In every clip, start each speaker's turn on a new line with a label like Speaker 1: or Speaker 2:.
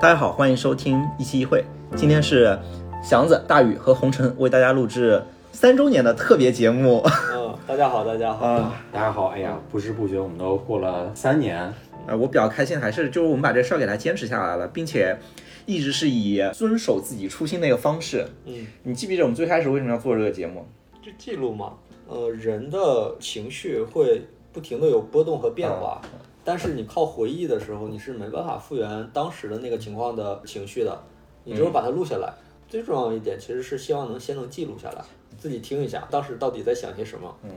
Speaker 1: 大家好，欢迎收听一期一会。今天是祥子、大宇和红尘为大家录制三周年的特别节目。
Speaker 2: 嗯，大家好，大家好。
Speaker 1: 啊、
Speaker 3: 大家好，哎
Speaker 2: 嗯
Speaker 3: 呀，不知不觉我们都过了三年，
Speaker 2: 啊
Speaker 1: 呃，我比较开心，还是就是我们把这事儿给它坚持下来了，并且一直是以遵守自己初心的一个方式。
Speaker 2: 嗯，
Speaker 1: 你记不记得我们最开始为什么要做这个节目？
Speaker 2: 这记录嘛，呃，人的情绪会不停的有波动和变化，
Speaker 1: 嗯
Speaker 2: 但是你靠回忆的时候，你是没办法复原当时的那个情况的情绪的，你只有把它录下来。
Speaker 1: 嗯
Speaker 2: 最重要一点其实是希望能先能记录下来，自己听一下当时到底在想些什么。嗯，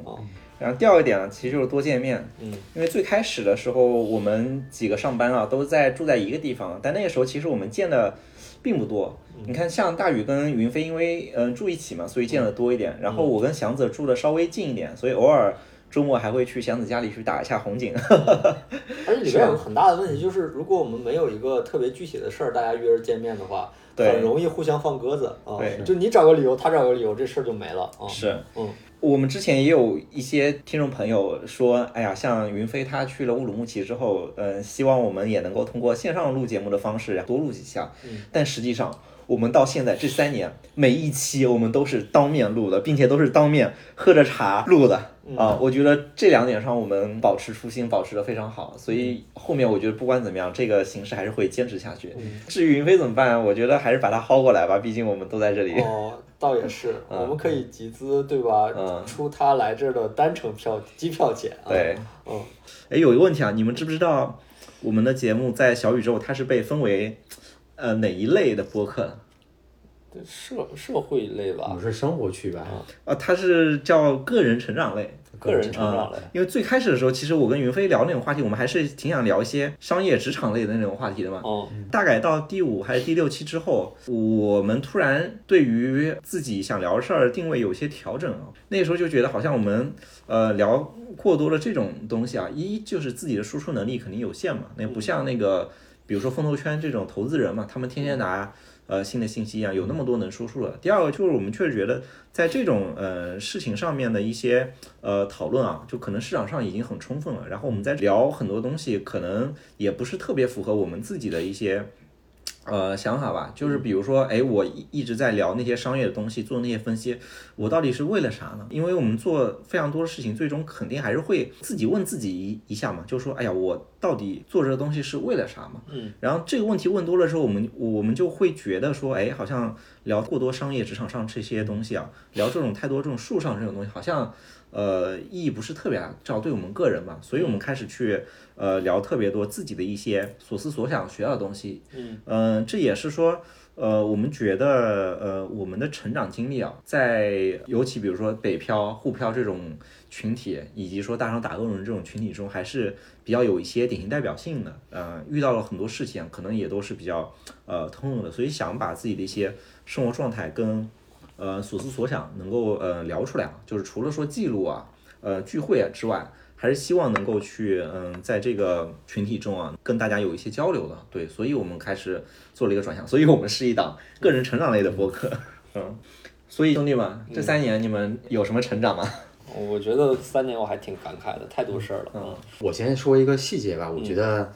Speaker 1: 然后第二个点呢，其实就是多见面。
Speaker 2: 嗯，
Speaker 1: 因为最开始的时候，我们几个上班啊，都在住在一个地方，但那个时候其实我们见的并不多。你看，像大宇跟云飞，因为嗯、呃住一起嘛，所以见的多一点。然后我跟祥子住的稍微近一点，所以偶尔周末还会去祥子家里去打一下红警。
Speaker 2: 而且里面有个很大的问题
Speaker 1: 啊
Speaker 2: 就是，如果我们没有一个特别具体的事儿，大家约着见面的话，
Speaker 1: 对
Speaker 2: 很容易互相放鸽子啊。
Speaker 1: 对
Speaker 2: 就你找个理由，他找个理由，这事儿就没了啊。
Speaker 1: 是，
Speaker 2: 嗯，
Speaker 1: 我们之前也有一些听众朋友说，哎呀，像云飞他去了乌鲁木齐之后，嗯，希望我们也能够通过线上录节目的方式多录几下。
Speaker 2: 嗯，
Speaker 1: 但实际上，我们到现在这三年，每一期我们都是当面录的，并且都是当面喝着茶录的。啊，我觉得这两点上我们保持初心，保持的非常好，所以后面我觉得不管怎么样，这个形式还是会坚持下去。至于云飞怎么办，我觉得还是把他薅过来吧，毕竟我们都在这里。
Speaker 2: 哦，倒也是，我们可以集资，对吧？
Speaker 1: 嗯
Speaker 2: 出他来这儿的单程票、机票钱。啊
Speaker 1: 对，
Speaker 2: 嗯，
Speaker 1: 哎，有一个问题啊，你们知不知道我们的节目在小宇宙它是被分为呃哪一类的播客？
Speaker 2: 对社社会类
Speaker 3: 我
Speaker 2: 吧，
Speaker 3: 们是生活区吧？
Speaker 1: 啊，它是叫个人成长类。
Speaker 2: 个人成长
Speaker 1: 啊
Speaker 2: 类。，
Speaker 1: 因为最开始的时候，其实我跟云飞聊那种话题，我们还是挺想聊一些商业职场类的那种话题的嘛。
Speaker 2: 哦，
Speaker 1: 大概到第五还是第六期之后，我们突然对于自己想聊的事儿的定位有些调整啊。那时候就觉得好像我们呃聊过多的这种东西啊，一就是自己的输出能力肯定有限嘛，那不像那个比如说风投圈这种投资人嘛，他们天天拿。呃，新的信息啊，有那么多能输出的。第二个就是我们确实觉得，在这种呃事情上面的一些呃讨论啊，就可能市场上已经很充分了。然后我们在聊很多东西，可能也不是特别符合我们自己的一些呃想法吧。就是比如说，哎，我一一直在聊那些商业的东西，做那些分析，我到底是为了啥呢？因为我们做非常多的事情，最终肯定还是会自己问自己一一下嘛，就说，哎呀，我到底做这个东西是为了啥嘛？
Speaker 2: 嗯，
Speaker 1: 然后这个问题问多了之后，我们我们就会觉得说，哎，好像聊过多商业职场上这些东西啊，聊这种太多这种树上这种东西，好像呃意义不是特别大，至少对我们个人吧。所以我们开始去呃聊特别多自己的一些所思所想学到的东西。嗯、这也是说。呃，我们觉得，呃，我们的成长经历啊，在尤其比如说北漂、沪漂这种群体，以及说大厂打工人这种群体中，还是比较有一些典型代表性的。呃，遇到了很多事情，可能也都是比较呃通用的，所以想把自己的一些生活状态跟呃所思所想能够呃聊出来啊，就是除了说记录啊、呃聚会啊之外，还是希望能够去嗯、在这个群体中啊跟大家有一些交流的。对，所以我们开始做了一个转向，所以我们是一档个人成长类的播 客。嗯，所以兄弟们，这三年你们有什么成长吗？
Speaker 2: 嗯我觉得三年我还挺感慨的，太多事儿了。嗯，
Speaker 3: 我先说一个细节吧，我觉得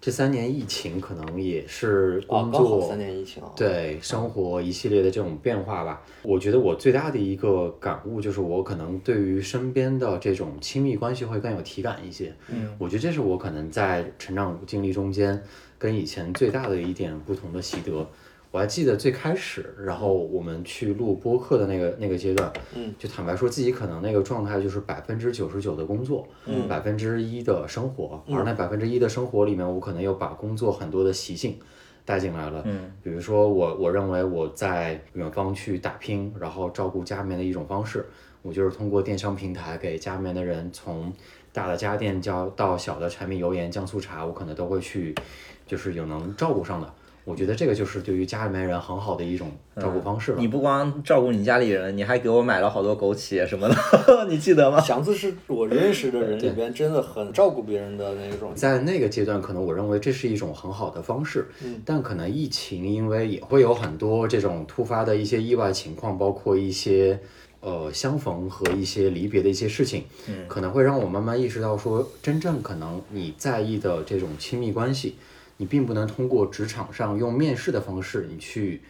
Speaker 3: 这三年疫情可能也是
Speaker 2: 啊，
Speaker 3: 工
Speaker 2: 刚好
Speaker 3: 作、
Speaker 2: 三年疫情啊。
Speaker 3: 对生活一系列的这种变化吧。我觉得我最大的一个感悟就是，我可能对于身边的这种亲密关系会更有体感一些。嗯，我觉得这是我可能在成长经历中间跟以前最大的一点不同的习得。我还记得最开始，然后我们去录播客的那个那个阶段，
Speaker 2: 嗯，
Speaker 3: 就坦白说自己可能那个状态就是百分之九十九的工作，嗯，百分之一的生活，而那百分之一的生活里面，我可能又把工作很多的习性带进来了，嗯，比如说我我认为我在远方去打拼，然后照顾家里面的一种方式，我就是通过电商平台给家里面的人从大的家电交到小的柴米油盐酱醋茶，我可能都会去，就是有能照顾上的。我觉得这个就是对于家里面人很好的一种照顾方式了。
Speaker 1: 你不光照顾你家里人，你还给我买了好多枸杞什么的， 你记得吗？
Speaker 2: 祥子是我认识的人里边真的很照顾别人的那种。
Speaker 3: 在那个阶段，可能我认为这是一种很好的方式，嗯，但可能疫情，因为也会有很多这种突发的一些意外情况，包括一些呃相逢和一些离别的一些事情，嗯，可能会让我慢慢意识到说，真正可能你在意的这种亲密关系，你并不能通过职场上用面试的方式，你去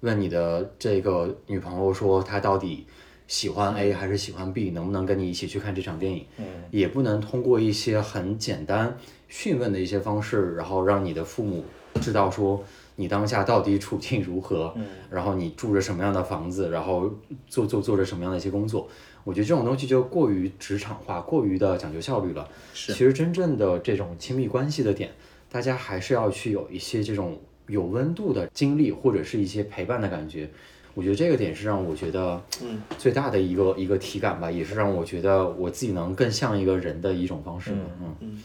Speaker 3: 问你的这个女朋友说她到底喜欢 A 还是喜欢 B，能不能跟你一起去看这场电影，也不能通过一些很简单询问的一些方式，然后让你的父母知道说你当下到底处境如何，然后你住着什么样的房子，然后做做做着什么样的一些工作。我觉得这种东西就过于职场化，过于的讲究效率了。
Speaker 1: 是
Speaker 3: 其实真正的这种亲密关系的点，大家还是要去有一些这种有温度的经历，或者是一些陪伴的感觉。我觉得这个点是让我觉得，
Speaker 2: 嗯，
Speaker 3: 最大的一个、一个体感吧，也是让我觉得我自己能更像一个人的一种方式吧。嗯，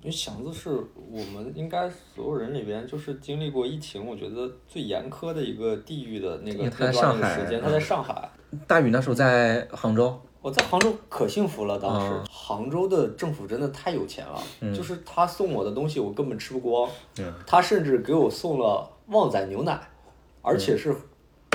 Speaker 2: 因为祥子是我们应该所有人里边，就是经历过疫情，我觉得最严苛的一个地域的那个
Speaker 1: 因为他在
Speaker 2: 那
Speaker 1: 上海嗯
Speaker 2: 段那个时间，他在上海。
Speaker 1: 大宇那时候在杭州，
Speaker 2: 我在杭州可幸福了，当时、杭州的政府真的太有钱了，就是他送我的东西我根本吃不光，他甚至给我送了旺仔牛奶，而且是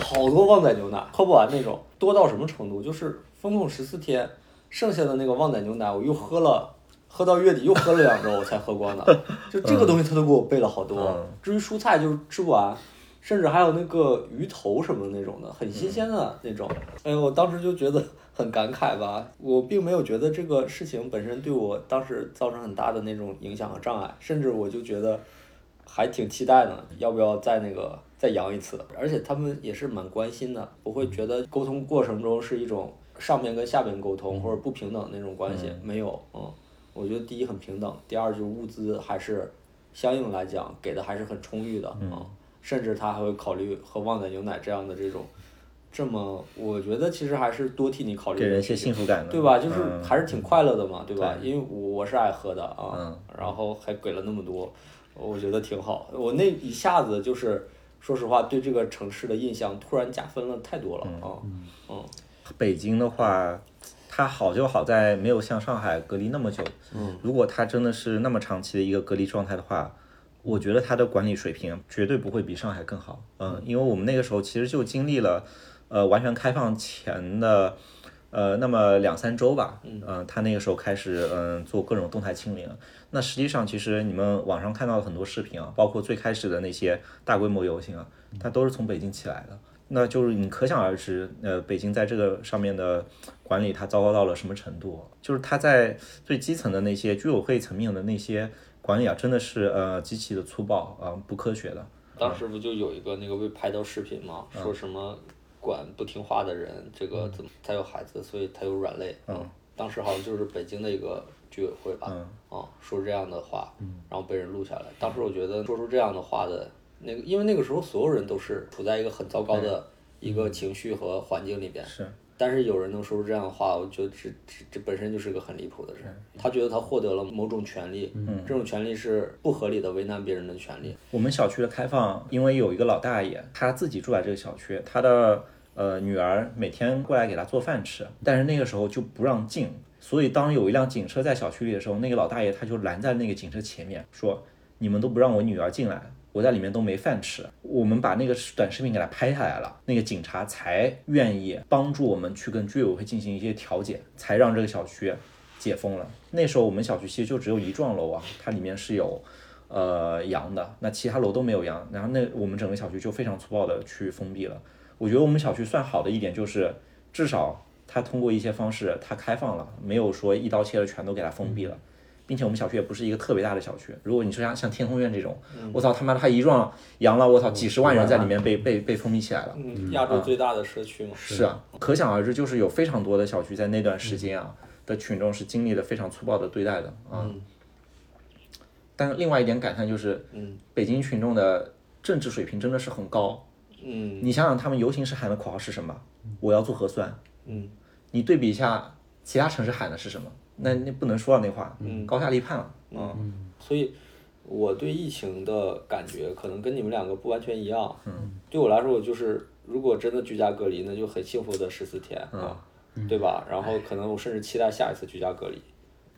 Speaker 2: 好多旺仔牛奶，喝不完那种，多到什么程度？就是封控十四天，剩下的那个旺仔牛奶我又喝了。喝到月底又喝了两周，我才喝光的。就这个东西，他都给我备了好多。至于蔬菜，就是吃不完，甚至还有那个鱼头什么的那种的，很新鲜的那种。哎，我当时就觉得很感慨吧。我并没有觉得这个事情本身对我当时造成很大的那种影响和障碍，甚至我就觉得还挺期待呢，要不要再那个再扬一次？而且他们也是蛮关心的，我会觉得沟通过程中是一种上面跟下面沟通或者不平等那种关系，没有，嗯，我觉得第一很平等，第二就是物资还是相应来讲给的还是很充裕的，嗯，甚至他还会考虑喝旺仔牛奶这样的这种。这么，我觉得其实还是多替你考虑，
Speaker 1: 给人一些幸福感的，
Speaker 2: 对吧？就是
Speaker 1: 嗯
Speaker 2: 还是挺快乐的嘛，对吧？因为我我是爱喝的啊，
Speaker 1: 嗯
Speaker 2: 然后还给了那么多，我觉得挺好。我那一下子就是，说实话，对这个城市的印象突然加分了太多了啊！嗯，
Speaker 1: 北京的话，它好就好在没有像上海隔离那么久。嗯，如果它真的是那么长期的一个隔离状态的话，我觉得它的管理水平绝对不会比上海更好。嗯，因为我们那个时候其实就经历了，呃，完全开放前的。呃，那么两三周吧，嗯、他那个时候开始，嗯、做各种动态清零。那实际上，其实你们网上看到的很多视频啊，包括最开始的那些大规模游行啊，它都是从北京起来的。那就是你可想而知，呃，北京在这个上面的管理它糟糕到了什么程度？就是它在最基层的那些居委会层面的那些管理啊，真的是呃极其的粗暴啊、呃不科学的。
Speaker 2: 当时不就有一个那个被拍到视频嘛，说什么管不听话的人，这个怎么他有孩子，所以他有软肋。嗯，当时好像就是北京的一个居委会吧，啊，说这样的话，然后被人录下来。当时我觉得说出这样的话的那个，因为那个时候所有人都是处在一个很糟糕的一个情绪和环境里边。
Speaker 1: 是。
Speaker 2: 但是有人能说出这样的话，我觉得这这这本身就是个很离谱的事。他觉得他获得了某种权利，这种权利是不合理的为难别人的权利。
Speaker 1: 我们小区的开放，因为有一个老大爷，他自己住在这个小区，他的呃女儿每天过来给他做饭吃，但是那个时候就不让进，所以当有一辆警车在小区里的时候，那个老大爷他就拦在那个警车前面，说你们都不让我女儿进来。我在里面都没饭吃，我们把那个短视频给他拍下来了，那个警察才愿意帮助我们去跟居委会进行一些调解，才让这个小区解封了。那时候我们小区其实就只有一幢楼啊，它里面是有呃阳的，那其他楼都没有阳，然后那我们整个小区就非常粗暴的去封闭了。我觉得我们小区算好的一点就是，至少它通过一些方式它开放了，没有说一刀切的全都给它封闭了。并且我们小区也不是一个特别大的小区，如果你说像像天通苑这种，我操他妈的，它一幢阳了，我操几十万人在里面被被被封闭起来了。
Speaker 2: 嗯，亚洲最大的社区嘛，
Speaker 1: 是啊，可想而知，就是有非常多的小区在那段时间啊、的群众是经历了非常粗暴的对待的啊。但另外一点感叹就是，嗯，北京群众的政治水平真的是很高。
Speaker 2: 嗯，
Speaker 1: 你想想，他们游行时喊的口号是什么？我要做核酸。
Speaker 2: 嗯，
Speaker 1: 你对比一下其他城市喊的是什么？那那不能说到那话，嗯，高下立判了。嗯，
Speaker 2: 所以我对疫情的感觉可能跟你们两个不完全一样。嗯，对我来说，我就是如果真的居家隔离，那就很幸福的十四天啊，对吧？然后可能我甚至期待下一次居家隔离，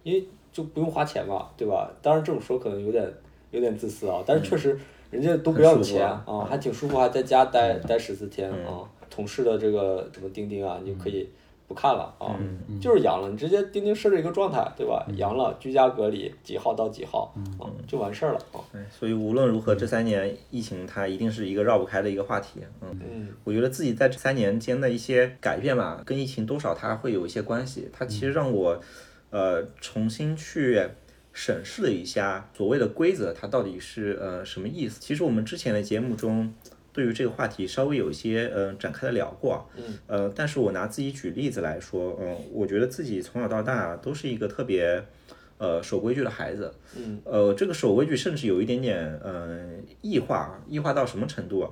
Speaker 2: 因为就不用花钱嘛，对吧？当然这种说可能有点有点自私啊，但是确实人家都不要
Speaker 1: 很舒服
Speaker 2: 钱
Speaker 1: 啊
Speaker 2: 啊，还挺舒服，还在家待待十四天啊。同事的这个什么钉钉啊，你就可以不看了啊，就是阳了，你直接钉钉设置一个状态，对吧？阳了，居家隔离几号到几号啊，就完事儿了啊。
Speaker 1: 哎所以无论如何，这三年疫情它一定是一个绕不开的一个话题。嗯，
Speaker 2: 嗯
Speaker 1: 我觉得自己在这三年间的一些改变吧，跟疫情多少它会有一些关系。它其实让我，呃，重新去审视了一下所谓的规则，它到底是呃什么意思。其实我们之前的节目中。对于这个话题稍微有一些呃展开的聊过啊，呃，但是我拿自己举例子来说，嗯、我觉得自己从小到大都是一个特别呃守规矩的孩子，嗯，呃，这个守规矩甚至有一点点呃异化，异化到什么程度啊？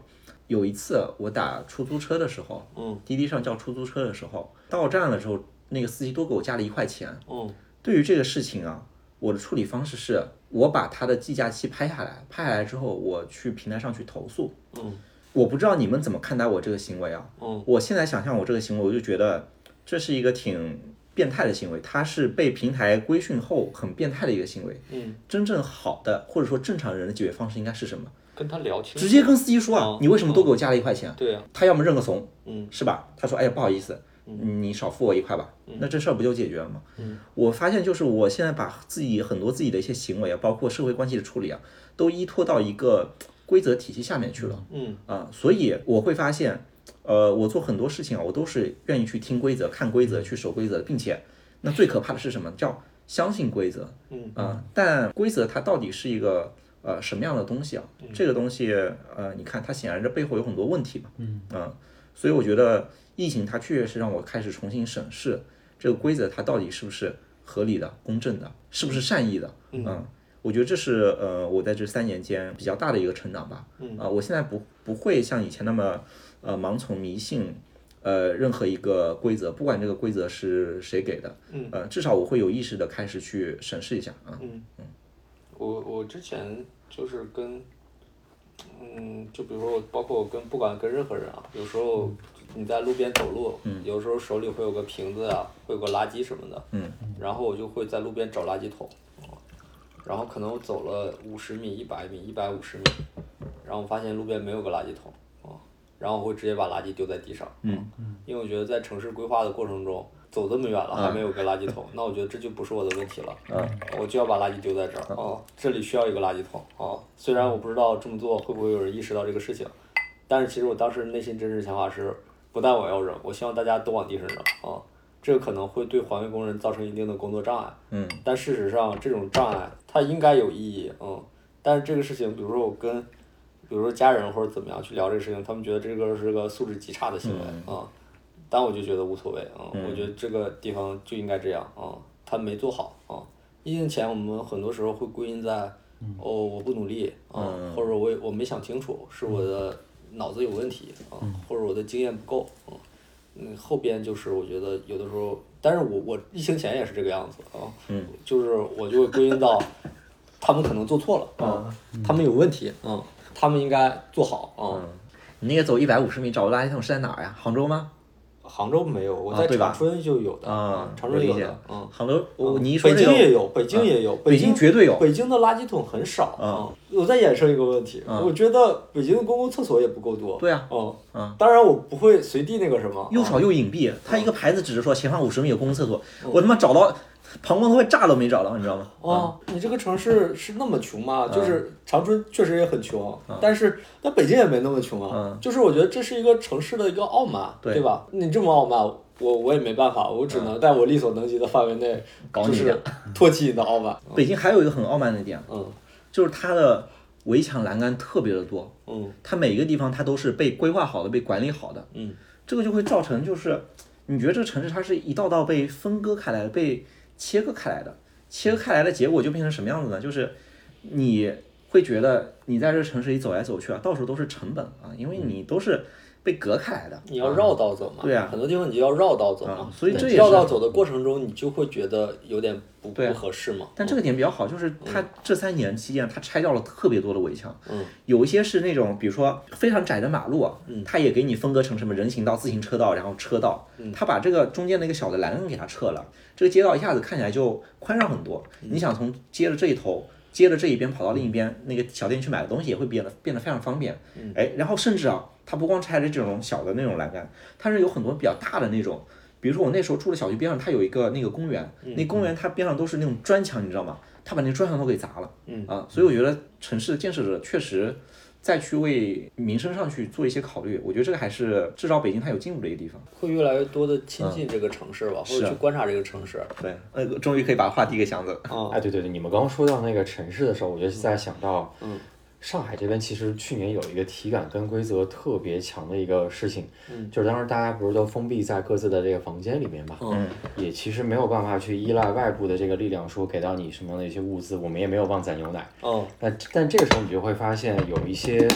Speaker 1: 有一次我打出租车的时候，嗯，滴滴上叫出租车的时候，到站了之后，那个司机多给我加了一块钱，
Speaker 2: 嗯，
Speaker 1: 对于这个事情啊，我的处理方式是我把他的计价器拍下来，拍下来之后，我去平台上去投诉。
Speaker 2: 嗯，
Speaker 1: 我不知道你们怎么看待我这个行为啊。
Speaker 2: 嗯，
Speaker 1: 我现在想象我这个行为，我就觉得这是一个挺变态的行为，它是被平台规训后很变态的一个行为。
Speaker 2: 嗯，
Speaker 1: 真正好的或者说正常人的解决方式应该是什么？
Speaker 2: 跟他聊清楚，
Speaker 1: 直接跟司机说啊
Speaker 2: 嗯，
Speaker 1: 你为什么多给我加了一块钱？
Speaker 2: 对啊，
Speaker 1: 他要么认个怂，
Speaker 2: 嗯，
Speaker 1: 是吧？他说，哎呀，不好意思，你少付我一块吧，
Speaker 2: 嗯
Speaker 1: 那这事儿不就解决了吗？嗯，我发现就是我现在把自己很多自己的一些行为啊，包括社会关系的处理啊，都依托到一个规则体系下面去了。
Speaker 2: 嗯
Speaker 1: 啊，所以我会发现，呃，我做很多事情啊，我都是愿意去听规则、看规
Speaker 2: 嗯
Speaker 1: 则、去守规则的，并且，那最可怕的是什么？叫相信规则。
Speaker 2: 嗯
Speaker 1: 啊，但规则它到底是一个呃什么样的东西啊？这个东西呃，你看它显然这背后有很多问题嘛。嗯啊，所以我觉得疫情它确实是让我开始重新审视这个规则它到底是不是合理的、公正的，是不是善意的。嗯。我觉得这是呃，我在这三年间比较大的一个成长吧。嗯啊、我现在不不会像以前那么呃盲从迷信，呃，任何一个规则，不管这个规则是谁给的，嗯呃，至少我会有意识的开始去审视一下啊。
Speaker 2: 我我之前就是跟，嗯，就比如说我，包括我跟不管跟任何人啊，有时候
Speaker 1: 嗯
Speaker 2: 你在路边走路，有时候手里会有个瓶子啊，会有个垃圾什么的，
Speaker 1: 嗯，
Speaker 2: 然后我就会在路边找垃圾桶，然后可能我走了五十米、一百米、一百五十米，然后我发现路边没有个垃圾桶啊，然后我会直接把垃圾丢在地上，哦
Speaker 1: 嗯
Speaker 2: 因为我觉得在城市规划的过程中，走这么远
Speaker 1: 嗯
Speaker 2: 了还没有个垃圾桶，那我觉得这就不是我的问题了，我就要把垃圾丢在这儿啊，这里需要一个垃圾桶啊，虽然我不知道这么做会不会有人意识到这个事情，但是其实我当时内心真实想法是，不但我要扔，我希望大家都往地上扔啊。这可能会对环卫工人造成一定的工作障碍，
Speaker 1: 嗯
Speaker 2: 但事实上这种障碍它应该有意义，嗯，但是这个事情，比如说我跟，比如说家人或者怎么样去聊这个事情，他们觉得这个是个素质极差的行为啊、嗯但我就觉得无所谓啊、嗯我觉得这个地方就应该这样啊、嗯他没做好啊、嗯疫情前我们很多时候会归因在，哦，我不努力啊、嗯或者我也我没想清楚，是我的脑子有问题啊、嗯或者我的经验不够啊。嗯嗯，后边就是我觉得有的时候，但是我我疫情前也是这个样子啊，嗯，就是我就会归因到 他们可能做错了啊，
Speaker 1: 嗯
Speaker 2: 他们有问题啊，他们应该做好啊。
Speaker 1: 你那个走一百五十米找垃圾桶是在哪儿呀？杭州吗？
Speaker 2: 杭州没有，我
Speaker 1: 啊
Speaker 2: 在
Speaker 1: 对吧
Speaker 2: 长春就有的
Speaker 1: 啊，
Speaker 2: 长
Speaker 1: 我
Speaker 2: 春
Speaker 1: 理
Speaker 2: 有
Speaker 1: 解
Speaker 2: 的，嗯，
Speaker 1: 杭州，我你一说
Speaker 2: 北
Speaker 1: 这
Speaker 2: 京
Speaker 1: 个，
Speaker 2: 也有，北京也有，
Speaker 1: 北京
Speaker 2: 京
Speaker 1: 绝对有
Speaker 2: 北京的垃圾桶很少啊。我再衍生一个问题，我觉得北京的公共厕所也不够多。
Speaker 1: 啊对啊
Speaker 2: 嗯
Speaker 1: 啊，
Speaker 2: 当然我不会随地那个什么，
Speaker 1: 又少又隐
Speaker 2: 嗯
Speaker 1: 蔽，它一个牌子指着说前方五十米有公共厕所，我他妈找到膀胱都会炸都没找到，你知道吗？
Speaker 2: 哦，你这个城市是那么穷吗？
Speaker 1: 嗯
Speaker 2: 就是长春确实也很穷，但是那北京也没那么穷啊。就是我觉得这是一个城市的一个傲慢，
Speaker 1: 嗯对嗯
Speaker 2: 对吧？你这么傲慢，我我也没办法，我只能在我力所能及的范围内，
Speaker 1: 搞
Speaker 2: 就
Speaker 1: 你一啊下
Speaker 2: 是唾弃你的傲慢。
Speaker 1: 北京还有一个很傲慢的点，
Speaker 2: 嗯
Speaker 1: 就是它的围墙栏杆特别的多，
Speaker 2: 嗯
Speaker 1: 它每一个地方它都是被规划好的、被管理好的，
Speaker 2: 嗯，
Speaker 1: 这个就会造成就是，你觉得这个城市它是一道道被分割开来、被切割开来的，切割开来的结果就变成什么样子呢？就是你会觉得你在这个城市里走来走去啊，到处都是成本啊，因为
Speaker 2: 嗯
Speaker 1: 你都是被隔开来的，
Speaker 2: 你要绕道走嘛，
Speaker 1: 对啊
Speaker 2: 很多地方你就要绕道走嘛
Speaker 1: 啊，所以这也是
Speaker 2: 绕道走的过程中，你就会觉得有点不
Speaker 1: 对啊
Speaker 2: 不合适嘛。
Speaker 1: 但这个点比较好，就是它这三年期间，它拆掉了特别多的围墙，
Speaker 2: 嗯，
Speaker 1: 有一些是那种比如说非常窄的马路啊，它也给你分割成什么人行道、自行车道，然后车道，它把这个中间那个小的栏杆给它撤了，这个街道一下子看起来就宽敞很多。你想从街的这一头。接着这一边跑到另一边，那个小店去买个东西也会变得变得非常方便，哎，然后甚至啊，它不光拆了这种小的那种栏杆，它是有很多比较大的那种比如说我那时候住的小区边上，它有一个那个公园，那公园它边上都是那种砖墙，你知道吗？它把那砖墙都给砸了，嗯啊，所以我觉得城市建设者确实再去为民生上去做一些考虑，我觉得这个还是至少北京它有进步的一个地方。
Speaker 2: 会越来越多的亲
Speaker 1: 嗯
Speaker 2: 近这个城市吧，或
Speaker 1: 啊
Speaker 2: 者去观察这个城市。
Speaker 1: 对，呃，终于可以把话递给祥子了。
Speaker 3: 哎，对对对，你们刚刚说到那个城市的时候，我就在想到，嗯，上海这边其实去年有一个体感跟规则特别强的一个事情，嗯，就是当时大家不是都封闭在各自的这个房间里面嘛，嗯，也其实没有办法去依赖外部的这个力量，说给到你什么样的一些物资，我们也没有旺仔牛奶，
Speaker 2: 嗯，
Speaker 3: 但但这个时候你就会发现有一些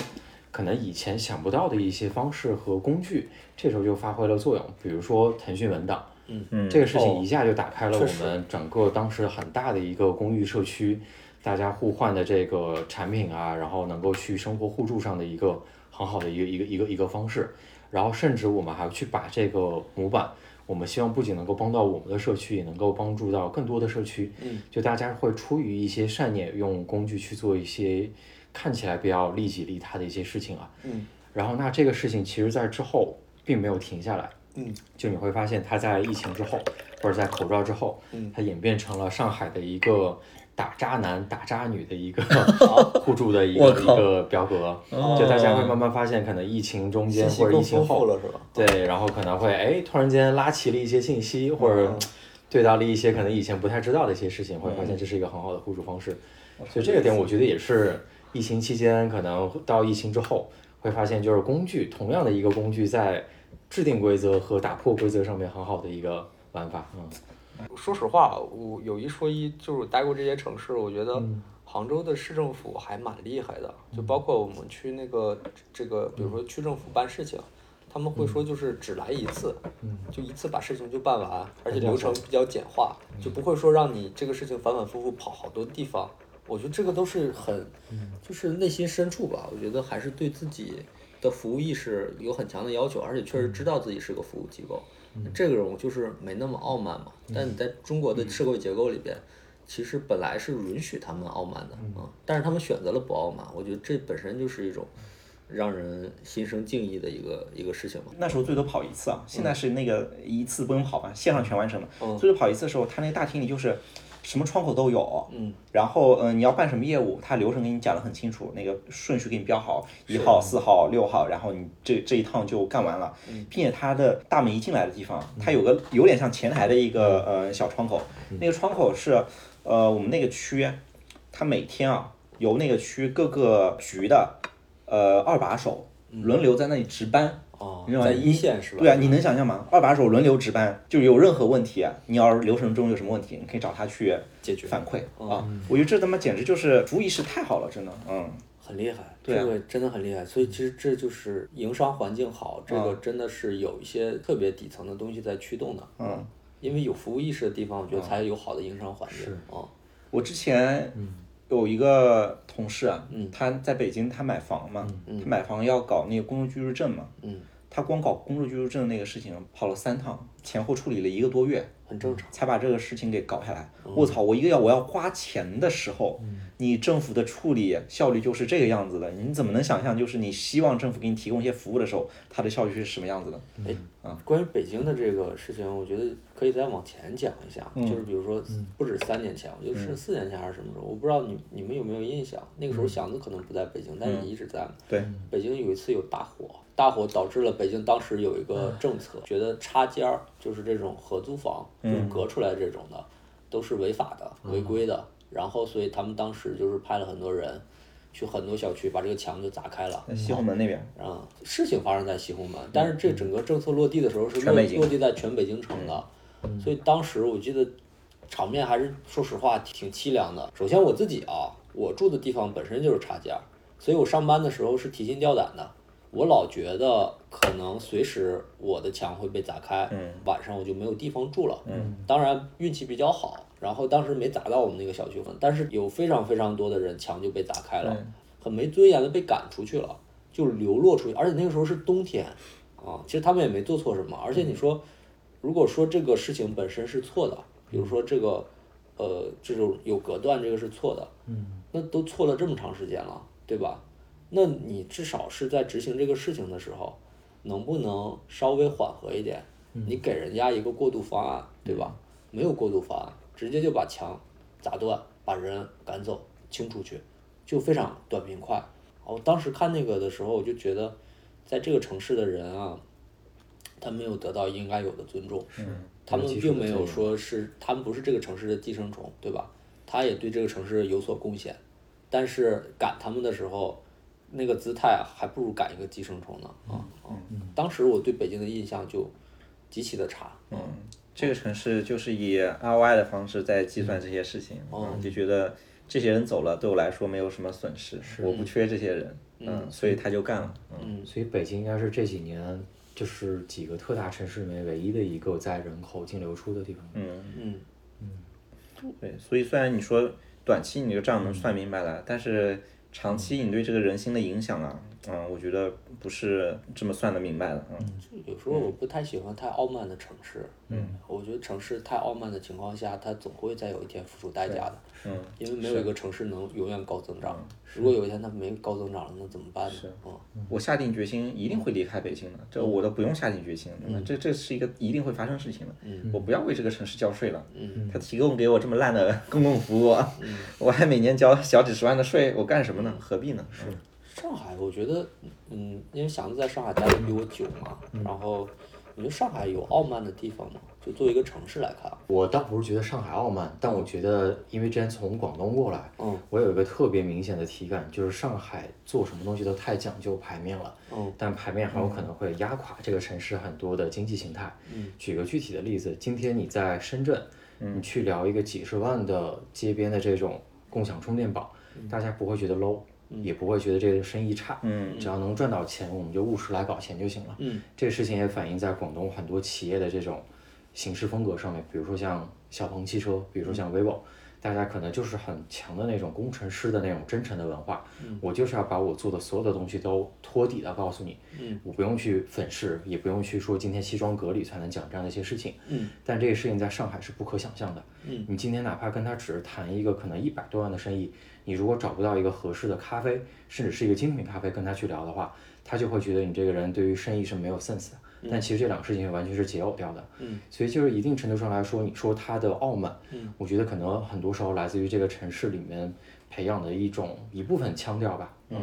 Speaker 3: 可能以前想不到的一些方式和工具，这时候就发挥了作用，比如说腾讯文档。
Speaker 1: 嗯，
Speaker 3: 这个事情一下就打开了我们整个当时很大的一个公寓社区，大家互换的这个产品啊，然后能够去生活互助上的一个很好的一个一个一个一个方式。然后甚至我们还去把这个模板，我们希望不仅能够帮到我们的社区，也能够帮助到更多的社区。嗯，就大家会出于一些善念，用工具去做一些看起来比较利己利他的一些事情啊。
Speaker 2: 嗯，
Speaker 3: 然后那这个事情其实在之后并没有停下来。
Speaker 2: 嗯，
Speaker 3: 就你会发现它在疫情之后，或者在口罩之后，
Speaker 2: 嗯
Speaker 3: 它演变成了上海的一个打渣男、打渣女的一个互助的一
Speaker 1: 我
Speaker 3: 个一
Speaker 1: 靠
Speaker 3: 个表格。就大家会慢慢发现，可能疫情中间
Speaker 2: 哦信息
Speaker 3: 或者疫
Speaker 2: 更
Speaker 3: 情
Speaker 2: 丰
Speaker 3: 后
Speaker 2: 富，了是吧？
Speaker 3: 对，然后可能会哎突然间拉齐了一些信息，或者对到了一些可能以前不太知道的一些事情，会发现这是一个很好的互助方式。所以这个点我觉得也嗯是疫情期间，可能到疫情之后会发现，就是工具同样的一个工具，在制定规则和打破规则上面很好的一个玩法。嗯，
Speaker 2: 说实话，我有一说一，就是我待过这些城市，我觉得杭州的市政府还蛮厉害的，就包括我们去那个这个，比如说区政府办事情。他们会说，就是只来一次，就一次把事情就办完，而且流程比较简化，就不会说让你这个事情反反复复跑好多地方。我觉得这个都是很，就是内心深处吧，我觉得还是对自己的服务意识有很强的要求，而且确实知道自己是个服务机构。这个种就是没那么傲慢嘛。但你在中国的社会结构里边，其实本来是允许他们傲慢的啊，但是他们选择了不傲慢，我觉得这本身就是一种让人心生敬意的一个一个事情嘛。
Speaker 1: 那时候最多跑一次啊，现在是那个一次不用跑吧，线上全完成了。最多跑一次的时候，他那个大厅里就是什么窗口都有，嗯，然后嗯、呃你要办什么业务，他流程给你讲得很清楚，那个顺序给你标好，一号、四号、六号，然后你这这一趟就干完了，并且它的大门一进来的地方，它有个有点像前台的一个呃小窗口，那个窗口是呃我们那个区，它每天啊由那个区各个局的呃二把手轮流在那里值班。
Speaker 2: 哦
Speaker 1: 你知道吗
Speaker 2: 在一线是吧？
Speaker 1: 对啊，你能想象吗？二把手轮流值班，就是有任何问题，啊你要是流程中有什么问题，你可以找他去
Speaker 2: 解决嗯
Speaker 1: 反馈啊。我觉得这他妈简直就是服务意识太好了，真的，嗯，
Speaker 2: 很厉害，这个真的很厉害。所以其实这就是营商环境好，这个真的是有一些特别底层的东西在驱动的。嗯，因为有服务意识的地方，我觉得才有好的营商环境啊。
Speaker 1: 我之前
Speaker 2: 嗯
Speaker 1: 有一个同事啊，他在北京，他买房嘛，他买房要搞那个公众居住证嘛，
Speaker 2: 嗯，
Speaker 1: 他光搞公众居住证那个事情跑了三趟，前后处理了一个多月，
Speaker 2: 很正常。嗯
Speaker 1: 才把这个事情给搞下来。我操！我一个要我要花钱的时候，你政府的处理效率就是这个样子的。你怎么能想象，就是你希望政府给你提供一些服务的时候，它的效率是什么样子的？
Speaker 2: 关于北京的这个事情，我觉得可以再往前讲一下，就是比如说不止三年前，我觉得是四年前还是什么时候，我不知道你你们有没有印象？那个时候祥子可能不在北京，但是你一直在。
Speaker 1: 对，
Speaker 2: 北京有一次有大火，大火导致了北京当时有一个政策，觉得插间儿就是这种合租房，就是隔出来这种的，都是违法的、违规的。然后，所以他们当时就是派了很多人去很多小区把这个墙就砸开了。
Speaker 1: 在西红门那边，
Speaker 2: 啊，事情发生在西红门，但是这整个政策落地的时候是
Speaker 1: 嗯全
Speaker 2: 落
Speaker 1: 北京嗯
Speaker 2: 落地在全北京城的，所以当时我记得场面还是说实话挺凄凉的。首先我自己啊，我住的地方本身就是差价，所以我上班的时候是提心吊胆的。我老觉得可能随时我的墙会被砸开，晚上我就没有地方住了。当然运气比较好，然后当时没砸到我们那个小区，但是有非常非常多的人墙就被砸开了，很没尊严的被赶出去了。就流落出去，而且那个时候是冬天，啊，其实他们也没做错什么。而且你说，如果说这个事情本身是错的，比如说这个，呃，这种有隔断这个是错的，嗯，那都错了这么长时间了，对吧？那你至少是在执行这个事情的时候，能不能稍微缓和一点？你给人家一个过渡方案，对吧？没有过渡方案，直接就把墙砸断，把人赶走，清出去，就非常短平快。我当时看那个的时候，我就觉得，在这个城市的人啊，他没有得到应该有的尊重，
Speaker 1: 嗯
Speaker 2: 他们并没有说是他们不是这个城市的寄生虫，对吧？他也对这个城市有所贡献，但是赶他们的时候，那个姿态还不如赶一个寄生虫呢啊！啊当时我对北京的印象就极其的差，啊
Speaker 1: 嗯，这个城市就是以 ROI 的方式在计算这些事情，嗯，就觉得这些人走了对我来说没有什么损失，我不缺这些人，嗯，所以他就干了，
Speaker 3: 嗯，所以北京应该是这几年就是几个特大城市里面唯一的一个在人口净流出的地方，
Speaker 1: 嗯
Speaker 2: 嗯
Speaker 1: 对，所以虽然你说短期你就这样能算明白了，但是长期你对这个人心的影响啊，嗯，我觉得不是这么算得明白的，嗯
Speaker 2: 有时候我不太喜欢太傲慢的城市，嗯，我觉得城市太傲慢的情况下，它总会在有一天付出代价的，嗯，因为没有一个城市能永远高增长。如果有一天它没高增长了，那怎么办呢？嗯，
Speaker 1: 我下定决心一定会离开北京的，这我都不用下定决心，那这这是一个一定会发生事情的。我不要为这个城市交税了，他提供给我这么烂 的公共服务，啊我还每年交小几十万的税，我干什么呢？何必呢？嗯是，
Speaker 2: 上海，我觉得，嗯，因为祥子在上海待的比我久嘛，然后你觉得上海有傲慢的地方吗？就作为一个城市来看，啊
Speaker 3: 我倒不是觉得上海傲慢，但我觉得，因为之前从广东过来，嗯，我有一个特别明显的体感，就是上海做什么东西都太讲究牌面了，嗯，但牌面很有可能会压垮这个城市很多的经济形态。嗯，举个具体的例子，今天你在深圳，你去聊一个几十万的街边的这种共享充电宝，大家不会觉得 low。也不会觉得这个生意差，嗯，只要能赚到钱，我们就务实来搞钱就行了，嗯，这事情也反映在广东很多企业的这种行事风格上面，比如说像小鹏汽车，比如说像 vivo，、大家可能就是很强的那种工程师的那种真诚的文化。我就是要把我做的所有的东西都托底的告诉你，嗯、我不用去粉饰，也不用去说今天西装革履才能讲这样的一些事情。嗯、但这个事情在上海是不可想象的。嗯、你今天哪怕跟他只是谈一个可能一百多万的生意，你如果找不到一个合适的咖啡，甚至是一个精品咖啡跟他去聊的话，他就会觉得你这个人对于生意是没有 sense 的。但其实这两个事情完全是解耦掉的，嗯，所以就是一定程度上来说，你说他的傲慢，嗯，我觉得可能很多时候来自于这个城市里面培养的一种一部分腔调吧，嗯，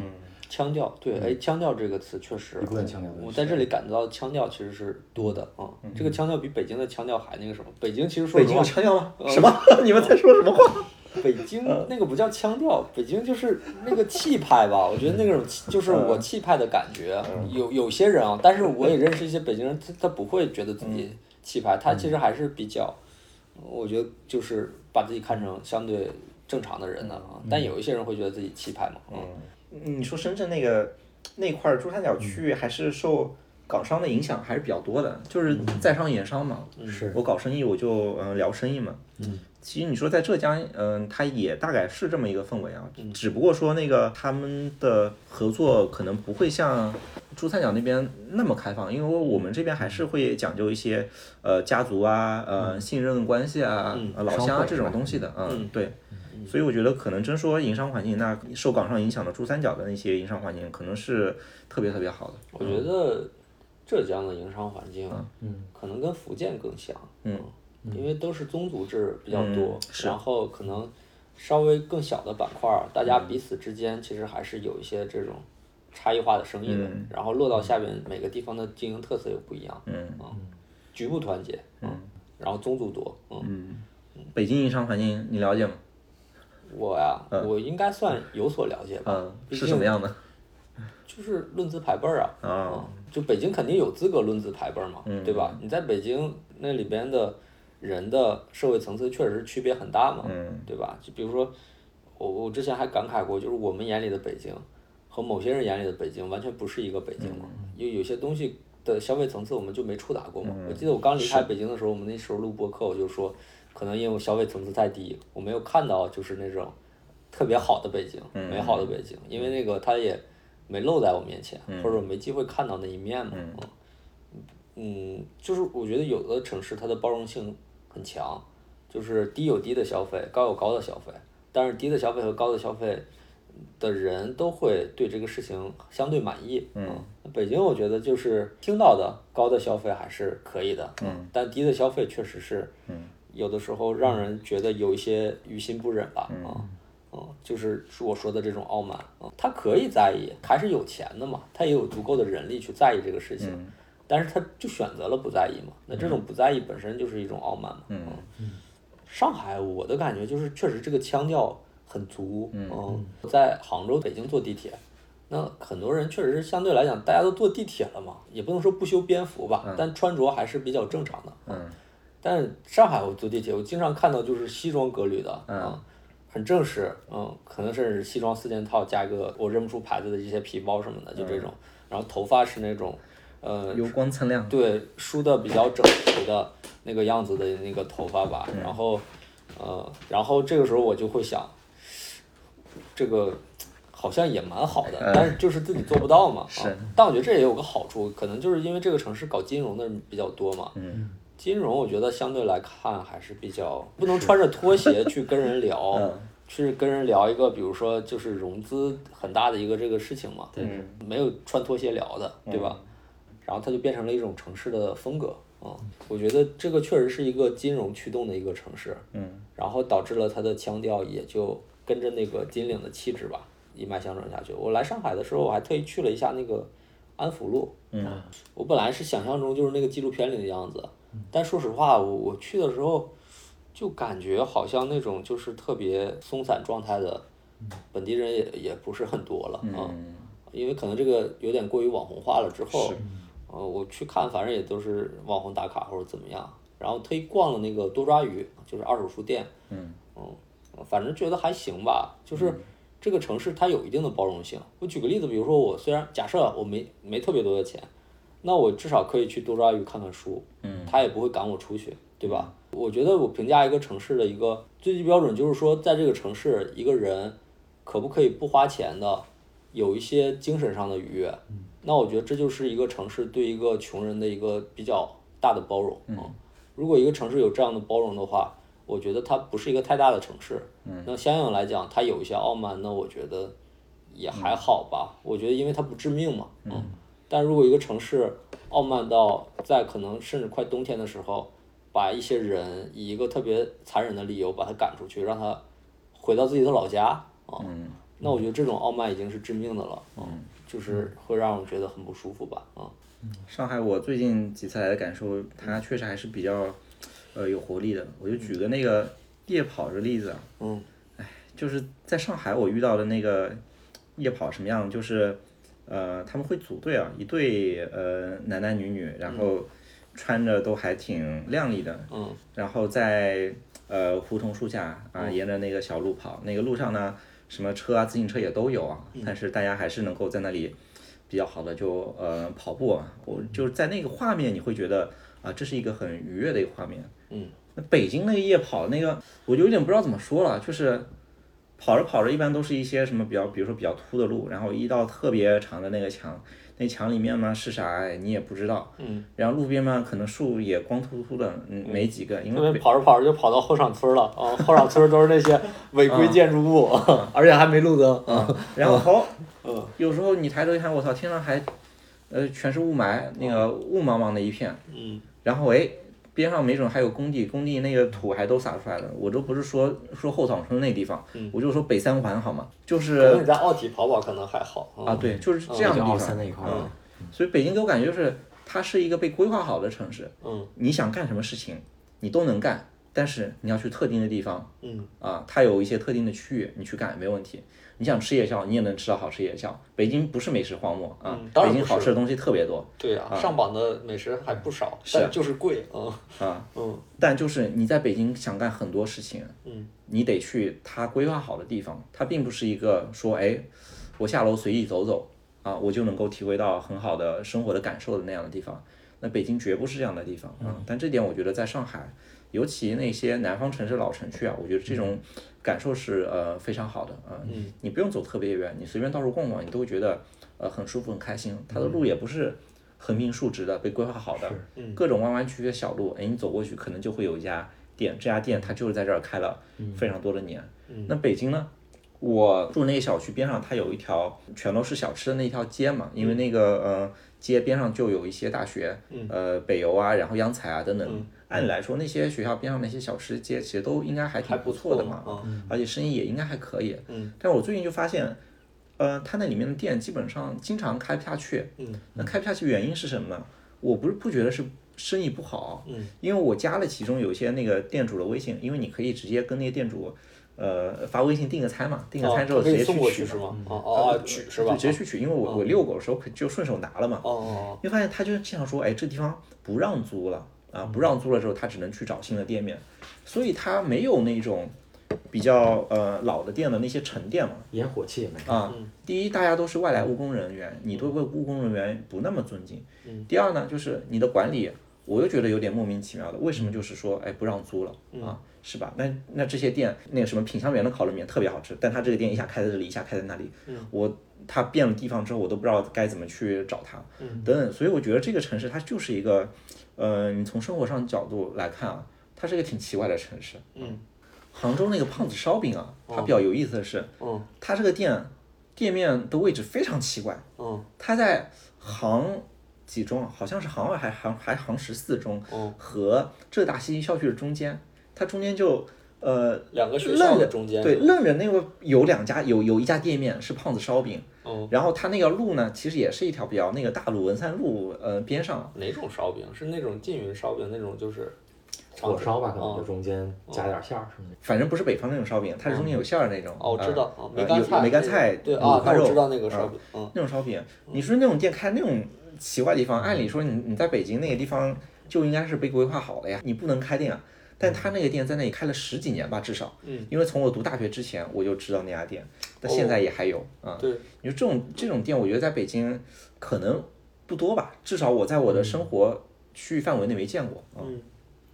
Speaker 2: 腔调，对，哎，腔调这个词确实，
Speaker 3: 一部分腔调
Speaker 2: 我在这里感到腔调其实是多的啊，这个腔调比北京的腔调还那个什么。北京其实说
Speaker 1: 北
Speaker 2: 实
Speaker 1: 京
Speaker 2: 话
Speaker 1: 有，腔调吗？什么？ 你们在说什么话？
Speaker 2: 北京那个不叫腔调，北京就是那个气派吧。我觉得那种气就是我气派的感觉。有有些人啊，但是我也认识一些北京人，他他不会觉得自己气派，他其实还是比较，我觉得就是把自己看成相对正常的人的啊。但有一些人会觉得自己气派嘛，嗯，
Speaker 1: 你说深圳那个那块儿珠三角区域还是受港商的影响还是比较多的，就是在商言商嘛。
Speaker 3: 是
Speaker 1: 我搞生意我就嗯、呃聊生意嘛。嗯，其实你说在浙江，嗯、它也大概是这么一个氛围啊，只不过说那个他们的合作可能不会像珠三角那边那么开放，因为我们这边还是会讲究一些呃家族啊、呃信任关系啊、呃老乡
Speaker 3: 商
Speaker 1: 啊
Speaker 3: 会
Speaker 1: 这种东西的，嗯，对。所以我觉得可能真说营商环境，那受港上影响的珠三角的那些营商环境，可能是特别特别好的。
Speaker 2: 我觉得浙江的营商环境，嗯，可能跟福建更像，嗯，因为都是宗族制比较多
Speaker 1: 嗯，
Speaker 2: 然后可能稍微更小的板块儿，大家彼此之间其实还是有一些这种差异化的生意的，然后落到下边每个地方的经营特色又不一样，嗯局部团结，嗯，然后宗族多，嗯，
Speaker 1: 北京营商环境你了解吗？
Speaker 2: 我呀，我应该算有所了解吧，
Speaker 1: 嗯，
Speaker 2: 毕
Speaker 1: 是
Speaker 2: 竟
Speaker 1: 什么样的？
Speaker 2: 就是论资排辈儿啊，
Speaker 1: 啊
Speaker 2: 嗯就北京肯定有资格论资排辈儿嘛，对吧？你在北京那里边的人的社会层次确实区别很大嘛，对吧？就比如说，我我之前还感慨过，就是我们眼里的北京和某些人眼里的北京完全不是一个北京嘛，因为有些东西的消费层次我们就没触达过嘛。我记得我刚离开北京的时候，我们那时候录播客，我就说，可能因为我消费层次太低，我没有看到就是那种特别好的北京，美好的北京，因为那个它也没露在我面前，或者我没机会看到那一面嘛。嗯嗯，就是我觉得有的城市它的包容性很强，就是低有低的消费，高有高的消费，但是低的消费和高的消费的人都会对这个事情相对满意。嗯，北京我觉得就是听到的高的消费还是可以的，嗯，但低的消费确实是，嗯，有的时候让人觉得有一些于心不忍吧，啊、嗯。嗯，就是我说的这种傲慢啊、嗯，他可以在意，还是有钱的嘛，他也有足够的人力去在意这个事情，
Speaker 1: 嗯
Speaker 2: 但是他就选择了不在意嘛。那这种不在意本身就是一种傲慢嘛。嗯，上海我的感觉就是，确实这个腔调很足。嗯，在杭州、北京坐地铁，那很多人确实是相对来讲，大家都坐地铁了嘛，也不能说不修边幅吧，但穿着还是比较正常的。
Speaker 1: 嗯，
Speaker 2: 但是上海我坐地铁，我经常看到就是西装革履的啊。嗯很正式，嗯，可能甚至是西装四件套加一个我认不出牌子的一些皮包什么的，就这种。然后头发是那种，呃，
Speaker 1: 油光锃亮。
Speaker 2: 对，梳的比较整齐的那个样子的那个头发吧。然后，呃，然后这个时候我就会想，这个好像也蛮好的，但是就是自己做不到嘛。
Speaker 1: 嗯是
Speaker 2: 啊。但我觉得这也有个好处，可能就是因为这个城市搞金融的人比较多嘛。
Speaker 1: 嗯。
Speaker 2: 金融我觉得相对来看还是比较不能穿着拖鞋去跟 人聊，
Speaker 1: 嗯
Speaker 2: 去跟人聊一个，比如说就是融资很大的一个这个事情嘛，
Speaker 3: 对，
Speaker 2: 没有穿拖鞋聊的，
Speaker 1: 嗯
Speaker 2: 对吧？然后它就变成了一种城市的风格啊、我觉得这个确实是一个金融驱动的一个城市，
Speaker 1: 嗯，
Speaker 2: 然后导致了它的腔调也就跟着那个金领的气质吧一脉相承下去。我来上海的时候，我还特意去了一下那个安福路，嗯，我本来是想象中就是那个纪录片里的样子，但说实话，我我去的时候就感觉好像那种就是特别松散状态的本地人也也不是很多了啊、因为可能这个有点过于网红化了之后，呃，我去看反正也都是网红打卡或者怎么样，然后特意逛了那个多抓鱼，就是二手书店，嗯反正觉得还行吧，就是。这个城市它有一定的包容性。我举个例子，比如说我虽然假设啊我没没特别多的钱，那我至少可以去多抓鱼看看书，嗯，他也不会赶我出去，对吧？我觉得我评价一个城市的一个最低标准就是说，在这个城市一个人可不可以不花钱的有一些精神上的愉悦，那我觉得这就是一个城市对一个穷人的一个比较大的包容啊。如果一个城市有这样的包容的话，我觉得它不是一个太大的城市。那相应来讲，它有一些傲慢，那我觉得也还好吧。我觉得因为它不致命嘛，嗯。但如果一个城市傲慢到在可能甚至快冬天的时候，把一些人以一个特别残忍的理由把他赶出去，让他回到自己的老家啊，那我觉得这种傲慢已经是致命的了，嗯，就是会让我觉得很不舒服吧，啊，
Speaker 1: 上海，我最近几次来的感受，它确实还是比较，呃，有活力的。我就举个那个夜跑的例子啊，
Speaker 2: 嗯，
Speaker 1: 哎，就是在上海我遇到的那个夜跑什么样，就是，呃，他们会组队啊，一队呃男男女女，然后穿着都还挺靓丽的，
Speaker 2: 嗯，
Speaker 1: 然后在呃梧桐树下啊，沿着那个小路跑，那个路上呢，什么车啊、自行车也都有啊，但是大家还是能够在那里比较好的就呃跑步啊，我就是在那个画面你会觉得啊，这是一个很愉悦的一个画面。
Speaker 2: 嗯，
Speaker 1: 那北京那个夜跑那个，我就有点不知道怎么说了，就是。跑着跑着，一般都是一些什么比较，比如说比较秃的路，然后一道特别长的那个墙，那墙里面嘛是啥哎你也不知道，嗯，然后路边嘛可能树也光秃秃的，嗯，没几个，因为
Speaker 2: 因为跑着跑着就跑到后场村了，啊，后场村都是那 些违规
Speaker 1: 嗯
Speaker 2: 建筑物，而且还没路灯，啊，
Speaker 1: 然后好，有时候你抬头一看，我操，天上还，呃，全是雾霾，那个雾茫茫的一片，
Speaker 2: 嗯，
Speaker 1: 然后哎，边上没准还有工地，工地那个土还都撒出来了。我都不是说说后草村那地方，我就说北三环好吗？就
Speaker 2: 可能
Speaker 1: 是
Speaker 2: 你在奥体跑跑可能还好嗯
Speaker 1: 啊，，对，就是这样的
Speaker 3: 哦就
Speaker 1: 地
Speaker 3: 奥森
Speaker 1: 方。
Speaker 3: 那一块儿，
Speaker 1: 所以北京给我感觉就是，它是一个被规划好的城市，
Speaker 2: 嗯
Speaker 1: 你想干什么事情，你都能干，但是你要去特定的地方，
Speaker 2: 嗯
Speaker 1: 啊，它有一些特定的区域，你去干没问题。你想吃夜宵，你也能吃到好吃夜宵。北京不是美食荒漠啊
Speaker 2: 嗯，当
Speaker 1: 北
Speaker 2: 然
Speaker 1: 京
Speaker 2: 不
Speaker 1: 好
Speaker 2: 是
Speaker 1: 吃的东西特别多嗯
Speaker 2: 对啊，上榜的美食还不少，但就是贵，啊，
Speaker 1: 啊。
Speaker 2: 嗯
Speaker 1: 但就是你在北京想干很多事情，
Speaker 2: 嗯，
Speaker 1: 你得去它规划好的地方。它并不是一个说，哎，我下楼随意走走啊，我就能够体会到很好的生活的感受的那样的地方。那北京绝不是这样的地方啊。
Speaker 2: 嗯
Speaker 1: 但这点我觉得在上海，尤其那些南方城市老城区啊，我觉得这种感受是呃非常好的啊。你不用走特别远，你随便到处逛逛，你都会觉得呃很舒服很开心。它的路也不是横平竖直的，被规划好的，各种弯弯曲曲的小路，哎，你走过去可能嗯就会有一家店，这家店它就是在这儿开了非常多的年。那北京呢，我住那个小区边上，它有一条全都是小吃的那条街嘛，因为那个呃街边上就有一些大学，呃北邮啊，然后央财啊等等。按理来说，那些学校边上那些小吃街其实都应该
Speaker 2: 嗯
Speaker 1: 还挺不错的嘛，而且生意也应该还可以。嗯，但是我最近就发现，呃，它那里面的店基本上经常开不下去。嗯，那开不下去原因是什么呢？我不是不觉得是生意不好，嗯，因为我加了其中有一些那个店主的微信，因为你可以直接跟那些店主，呃，发微信订个餐嘛，订个餐之后
Speaker 2: 哦可
Speaker 1: 直
Speaker 2: 以
Speaker 1: 接
Speaker 2: 送过
Speaker 1: 取嗯
Speaker 2: 去
Speaker 1: 嘛
Speaker 2: 是吗？哦哦，哦取是吧？
Speaker 1: 就直接去取，因为我我遛狗的时候可就顺手拿嗯了嘛。
Speaker 2: 哦哦
Speaker 1: 因为发现他就经常说，哎，这地方不让租了啊，不让租了之后，他只能去找新的店面，所以他没有那种比较呃老的店的那些沉淀嘛。
Speaker 3: 烟火气也没有。
Speaker 1: 啊，第一，大家都是外来务工人员，你对务工人员不那么尊敬。第二呢，就是你的管理，我又觉得有点莫名其妙的，为什么就是说，哎，不让租了啊，是吧？那那这些店，那个什么品香园的烤冷面特别好吃，但他这个店一下开在这里，一下开在那里，我他变了地方之后，我都不知道该怎么去找他，等等。所以我觉得这个城市它就是一个，呃，你从生活上角度来看啊，它是一个挺奇怪的城市。嗯，杭州那个胖子烧饼啊，它比较有意思的是。
Speaker 2: 哦，
Speaker 1: 它这个店店面的位置非常奇怪，
Speaker 2: 嗯嗯
Speaker 1: 它在杭几中，好像是杭二还杭还杭十四中
Speaker 2: 哦，
Speaker 1: 和浙大西医校区的中间，它中间就呃
Speaker 2: 两个学校
Speaker 1: 愣
Speaker 2: 的
Speaker 1: 着
Speaker 2: 中间
Speaker 1: 对，愣着那个有两家有有一家店面是胖子烧饼，
Speaker 2: 哦，
Speaker 1: 然后它那个路呢，其实也是一条比较那个大路文山路呃边上，
Speaker 2: 哪种烧饼？是那种缙云烧饼那种，就是
Speaker 3: 火烧吧，可能就
Speaker 2: 哦
Speaker 3: 中间加点馅儿什么的。
Speaker 1: 反正不是北方那种烧饼，它是中间有馅儿的那种。
Speaker 2: 哦，我知道，
Speaker 1: 呃
Speaker 2: 哦梅干
Speaker 1: 有
Speaker 2: 菜，
Speaker 1: 梅干菜，
Speaker 2: 对
Speaker 1: 五
Speaker 2: 啊，
Speaker 1: 花
Speaker 2: 那
Speaker 1: 肉
Speaker 2: 我知道那个烧饼，嗯，
Speaker 1: 那种烧饼，你说那种店开那种奇怪的地方，按理说你你在北京那个地方就应该是被规划好的呀，你不能开店啊。但他那个店在那里开了十几年吧，至少，
Speaker 2: 嗯，
Speaker 1: 因为从我读大学之前我就知道那家店，但现在也还有啊。
Speaker 2: 哦对，
Speaker 1: 你说这种这种店，我觉得在北京可能不多吧，至少我在我
Speaker 2: 嗯
Speaker 1: 的生活区域范围内没见过。啊。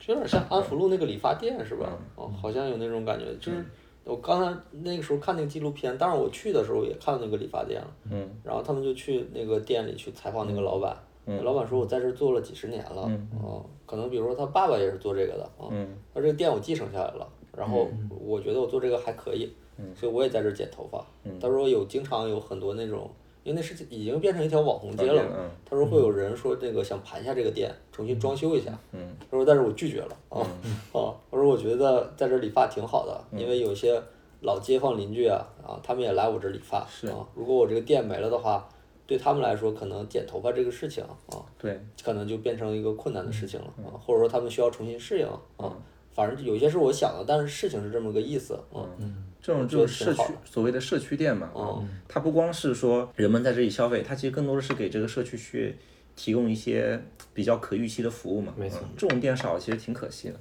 Speaker 2: 这有点像安福路那个理发店是吧？哦，好像有那种感觉，就是我刚才那个时候看那个纪录片，当然我去的时候也看到那个理发店了，嗯，然后他们就去那个店里去采访那个老板，老板说我在这儿做了几十年了，哦，可能比如说他爸爸也是做这个的，哦，他这个店我继承下来了，然后我觉得我做这个还可以，所以我也在这儿剪头发，他说有经常有很多那种。因为那是已经变成一条网红街了嘛，他说会有人说这个想盘下这个店，重新装修一下，他说但是我拒绝了啊 啊！我说我觉得在这理发挺好的，因为有些老街坊邻居啊啊，他们也来我这理发啊。如果我这个店没了的话，对他们来说可能剪头发这个事情啊，
Speaker 1: 对，
Speaker 2: 可能就变成一个困难的事情了啊，或者说他们需要重新适应啊。反正有些是我想的，但是事情是这么个意思啊。
Speaker 1: 这种就是社区所谓的社区店嘛，啊，它不光是说人们在这里消费，它其实更多的是给这个社区去提供一些比较可预期的服务嘛。没错，这种店少其实挺可惜的。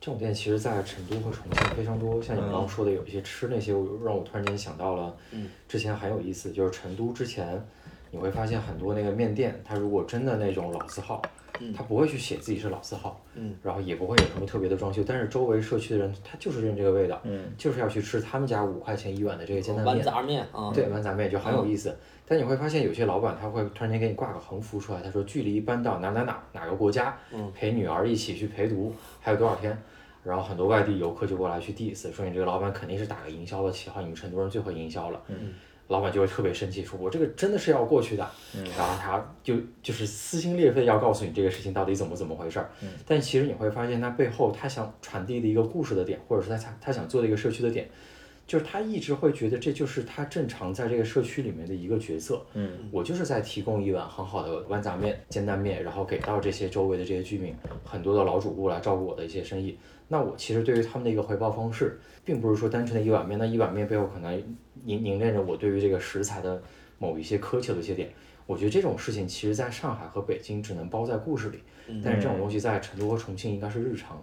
Speaker 3: 这种店其实，在成都和重庆非常多。像你刚刚说的，有一些吃那些，我让我突然间想到了，之前很有意思，就是成都之前，你会发现很多那个面店，它如果真的那种老字号，它不会去写自己是老字号，
Speaker 2: 嗯
Speaker 3: 然后也不会有什么特别的装修，但是周围社区的人他就是认这个味道，就是要去吃他们家五块钱一碗的这个煎蛋面
Speaker 2: 豌。杂面啊，
Speaker 3: 对，豌杂面就很有意思。但你会发现，有些老板他会突然间给你挂个横幅出来，他说距离搬到哪哪哪哪个国家，陪女儿一起去陪读，还有多少天？然后很多外地游客就过来去 diss，说你这个老板肯定是打个营销的旗号，你们成都人最会营销了。老板就会特别生气，说我这个真的是要过去的。然后他就就是撕心裂肺地要告诉你这个事情到底怎么怎么回事儿。但其实你会发现，他背后他想传递的一个故事的点，或者是他他想做的一个社区的点，就是他一直会觉得这就是他正常在这个社区里面的一个角色。嗯，我就是在提供一碗很好的豌杂面、煎蛋面，然后给到这些周围的这些居民很多的老主顾来照顾我的一些生意。那我其实对于他们的一个回报方式，并不是说单纯的一碗面，那一碗面背后可能凝凝练着我对于这个食材的某一些苛求的一些点。我觉得这种事情其实在上海和北京只能包在故事里，但是这种东西在成都和重庆应该是日常。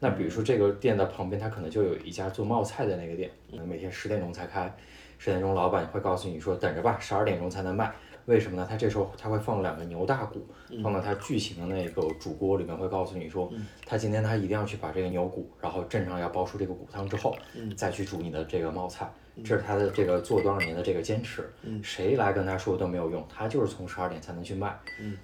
Speaker 3: 那比如说这个店的旁边，它可能就有一家做冒菜的那个店，可能每天十点钟才开，十点钟老板会告诉你说等着吧，十二点钟才能卖。为什么呢？他这时候他会放两个牛大骨，放到他巨型的那个煮锅里面，会告诉你说，他今天他一定要去把这个牛骨，然后正常要煲出这个骨汤之后，再去煮你的这个冒菜。这是他的这个做多少年的这个坚持，谁来跟他说都没有用，他就是从十二点才能去卖。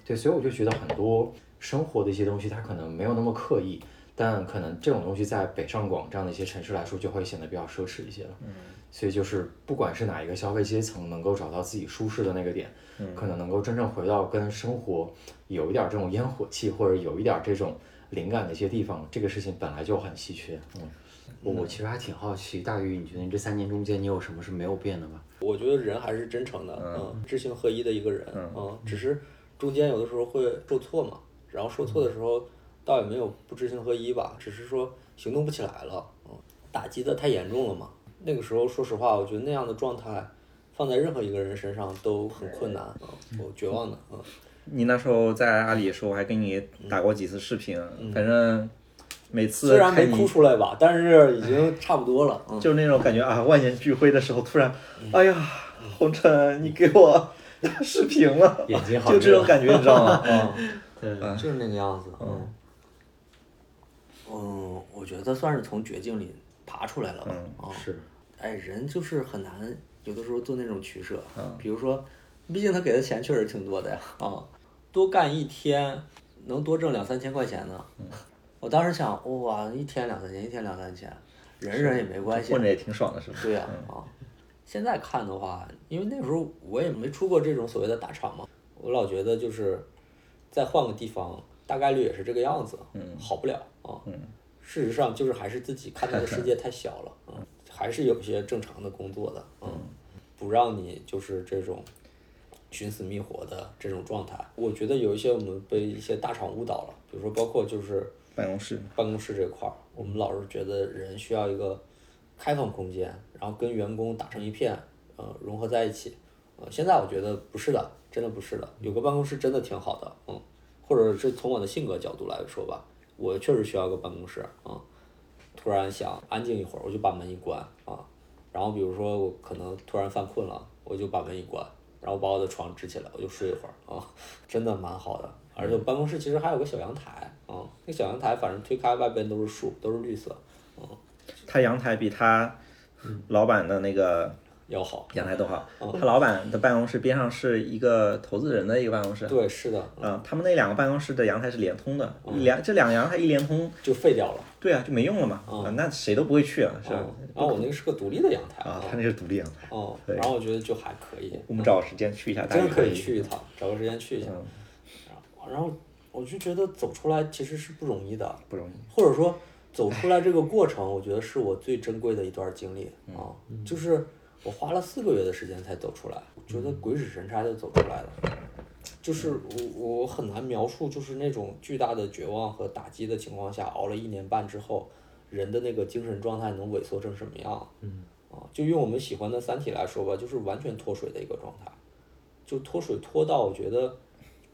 Speaker 3: 对，所以我就觉得很多生活的一些东西，他可能没有那么刻意，但可能这种东西在北上广这样的一些城市来说，就会显得比较奢侈一些了。嗯，所以就是不管是哪一个消费阶层，能够找到自己舒适的那个点，可能能够真正回到跟生活有一点这种烟火气，或者有一点这种灵感的一些地方，这个事情本来就很稀缺。嗯，我我其实还挺好奇，大宇，你觉得你这三年中间，你有什么是没有变的吗？
Speaker 2: 我觉得人还是真诚的，嗯，知行合一的一个人，嗯，只是中间有的时候会受挫嘛，然后受挫的时候倒也没有不知行合一吧，只是说行动不起来了，嗯，打击的太严重了嘛。那个时候，说实话，我觉得那样的状态放在任何一个人身上都很困难，嗯，我绝望的，嗯，
Speaker 1: 你那时候在阿里的时候，我还跟你打过几次视频，啊反正每次
Speaker 2: 虽然
Speaker 1: 看
Speaker 2: 没
Speaker 1: 你
Speaker 2: 哭出来吧，但是已经差不多了，嗯。
Speaker 1: 就是那种感觉啊，万念俱灰的时候，突然，哎呀，红尘，你给我视频了，
Speaker 3: 眼睛好
Speaker 1: 就这
Speaker 3: 热
Speaker 1: 种感觉，你知道吗？嗯
Speaker 2: 对，就是那个样子。嗯，嗯，我觉得算是从绝境里爬出来了吧。啊，
Speaker 3: 是，
Speaker 2: 哎，人就是很难，有的时候做那种取舍。比如说，毕竟他给的钱确实挺多的呀。啊，多干一天能多挣两三千块钱呢。我当时想，哇，一天两三千，一天两三千，忍忍也没关系。
Speaker 1: 混着也挺爽的，是吧？
Speaker 2: 对呀、啊，现在看的话，因为那时候我也没出过这种所谓的大厂嘛，我老觉得就是再换个地方，大概率也是这个样子，嗯，好不了啊。嗯，事实上就是还是自己看到的世界太小了，嗯，还是有一些正常的工作的，嗯，不让你就是这种。寻死觅活的这种状态，我觉得有一些我们被一些大厂误导了，比如说包括就是
Speaker 1: 办公室，
Speaker 2: 办公室这块儿，我们老是觉得人需要一个开放空间，然后跟员工打成一片，呃，融合在一起。呃，现在我觉得不是的，真的不是的，有个办公室真的挺好的，嗯，或者是从我的性格角度来说吧，我确实需要个办公室啊、嗯突然想安静一会儿，我就把门一关啊。然后比如说我可能突然犯困了，我就把门一关，然后把我的床支起来，我就睡一会儿啊，真的蛮好的。而且我办公室其实还有个小阳台啊，那小阳台反正推开外边都是树，都是绿色，
Speaker 1: 他阳台比他老板的那个
Speaker 2: 要好。哦
Speaker 1: 阳台都好。他老板的办公室边上是一个投资人的一个办公室，
Speaker 2: 对，是的，
Speaker 1: 嗯，他们那两个办公室的阳台是连通的，
Speaker 2: 哦
Speaker 1: 一两这两个阳台一连通，
Speaker 2: 就废掉了。
Speaker 1: 对啊，就没用了嘛，
Speaker 2: 哦
Speaker 1: 啊，那谁都不会去啊，是吧？
Speaker 2: 然后我那个是个独立的阳台
Speaker 1: 啊，他那是独立阳台，
Speaker 2: 哦，然后我觉得就还可以，
Speaker 1: 我们找个时间去一下，大
Speaker 2: 真
Speaker 1: 家嗯
Speaker 2: 的可以去一趟，找个时间去一下。然后我就觉得走出来其实是不容易的，
Speaker 1: 不容易。
Speaker 2: 或者说走出来这个过程，我觉得是我最珍贵的一段经历
Speaker 1: 嗯
Speaker 2: 啊，就是我花了四个月的时间才走出来，我觉得
Speaker 1: 嗯
Speaker 2: 鬼使神差就走出来了。就是我我很难描述，就是那种巨大的绝望和打击的情况下，熬了一年半之后，人的那个精神状态能萎缩成什么样？嗯，啊，就用我们喜欢的《三体》来说吧，就是完全脱水的一个状态，就脱水脱到我觉得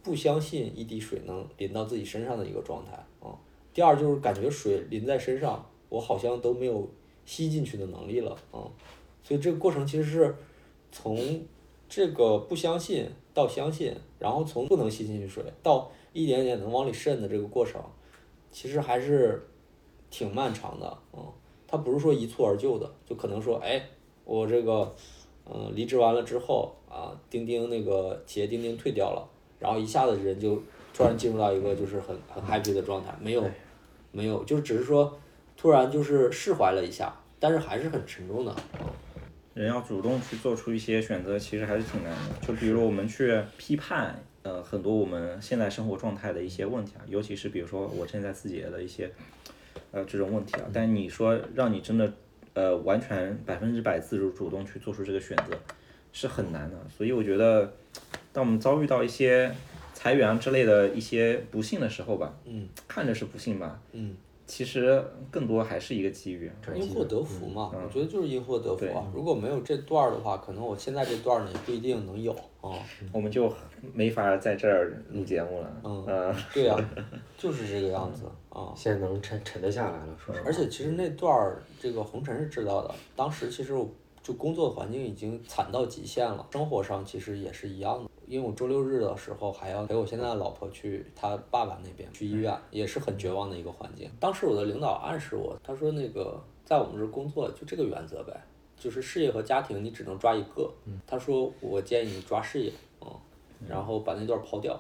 Speaker 2: 不相信一滴水能淋到自己身上的一个状态啊。第二就是感觉水淋在身上，我好像都没有吸进去的能力了啊。所以这个过程其实是从这个不相信到相信，然后从不能吸进去水到一点点能往里渗的这个过程，其实还是挺漫长的，嗯，它不是说一蹴而就的，就可能说，哎，我这个，嗯、离职完了之后啊，钉钉那个企业钉钉退掉了，然后一下子人就突然进入到一个就是很很 happy 的状态，没有，没有，就是只是说突然就是释怀了一下，但是还是很沉重的，
Speaker 1: 人要主动去做出一些选择，其实还是挺难的。就比如我们去批判，呃，很多我们现在生活状态的一些问题啊，尤其是比如说我现在自己的一些，呃，这种问题啊。但你说让你真的，呃，完全百分之百自主主动去做出这个选择，是很难的。所以我觉得，当我们遭遇到一些裁员之类的一些不幸的时候吧，嗯，看着是不幸吧，嗯，其实更多还是一个机遇。啊
Speaker 2: 因祸得福嘛，我觉得就是因祸得福啊。如果没有这段儿的话，可能我现在这段儿呢也不一定能有啊。
Speaker 1: 我们就没法在这儿录节目了。嗯，
Speaker 2: 对呀、就是这个样子啊。
Speaker 3: 现在能沉沉得下来了，说实话。
Speaker 2: 而且其实那段儿，这个红尘是知道的。当时其实我就工作环境已经惨到极限了，生活上其实也是一样的。因为我周六日的时候还要陪我现在的老婆去她爸爸那边去医院，也是很绝望的一个环境。当时我的领导暗示我，他说那个在我们这儿工作就这个原则呗，就是事业和家庭你只能抓一个。他说我建议你抓事业，嗯，然后把那段儿抛掉。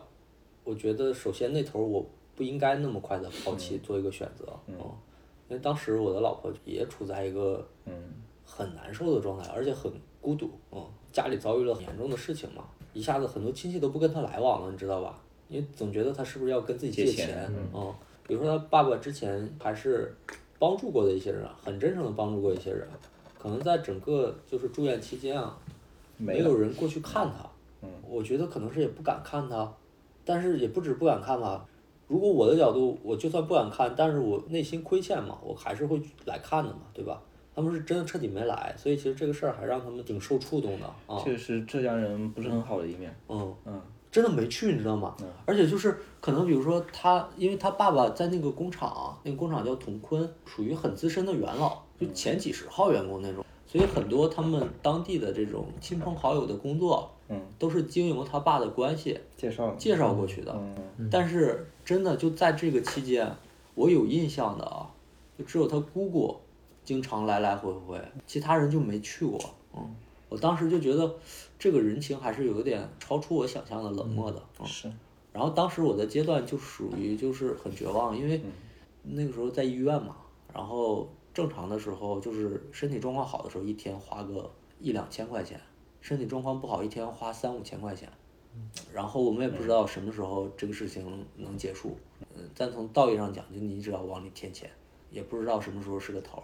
Speaker 2: 我觉得首先那头儿我不不应该那么快的抛弃做一个选择，嗯，因为当时我的老婆也处在一个很难受的状态，而且很孤独，嗯，家里遭遇了很严重的事情嘛，一下子很多亲戚都不跟他来往了，你知道吧？因为总觉得他是不是要跟自己
Speaker 1: 借
Speaker 2: 借
Speaker 1: 钱
Speaker 2: 嗯，比如说他爸爸之前还是帮助过的一些人啊，很真诚的帮助过一些人，啊可能在整个就是住院期间啊，没有人过去看他。嗯，我觉得可能是也不敢看他，但是也不止不敢看吧。如果我的角度，我就算不敢看，但是我内心亏欠嘛，我还是会来看的嘛，对吧？他们是真的彻底没来，所以其实这个事儿还让他们挺受触动的啊。
Speaker 1: 这是浙江人不是很好的一面。
Speaker 2: 嗯真的没去，你知道吗？而且就是可能，比如说他，因为他爸爸在那个工厂，那个工厂叫同坤，属于很资深的元老，就前几十号员工那种，所以很多他们当地的这种亲朋好友的工作，嗯，都是经由他爸的关系
Speaker 1: 介绍
Speaker 2: 介绍过去的。但是真的就在这个期间，我有印象的啊，就只有他姑姑经常来来回回，其他人就没去过。嗯，我当时就觉得这个人情还是有点超出我想象的冷漠的。嗯
Speaker 1: 是，
Speaker 2: 然后当时我的阶段就属于就是很绝望，因为那个时候在医院嘛，然后正常的时候就是身体状况好的时候，一天花个一两千块钱；身体状况不好，一天花三五千块钱。然后我们也不知道什么时候这个事情能结束。嗯，但从道义上讲，就你一直要往里添钱，也不知道什么时候是个头儿。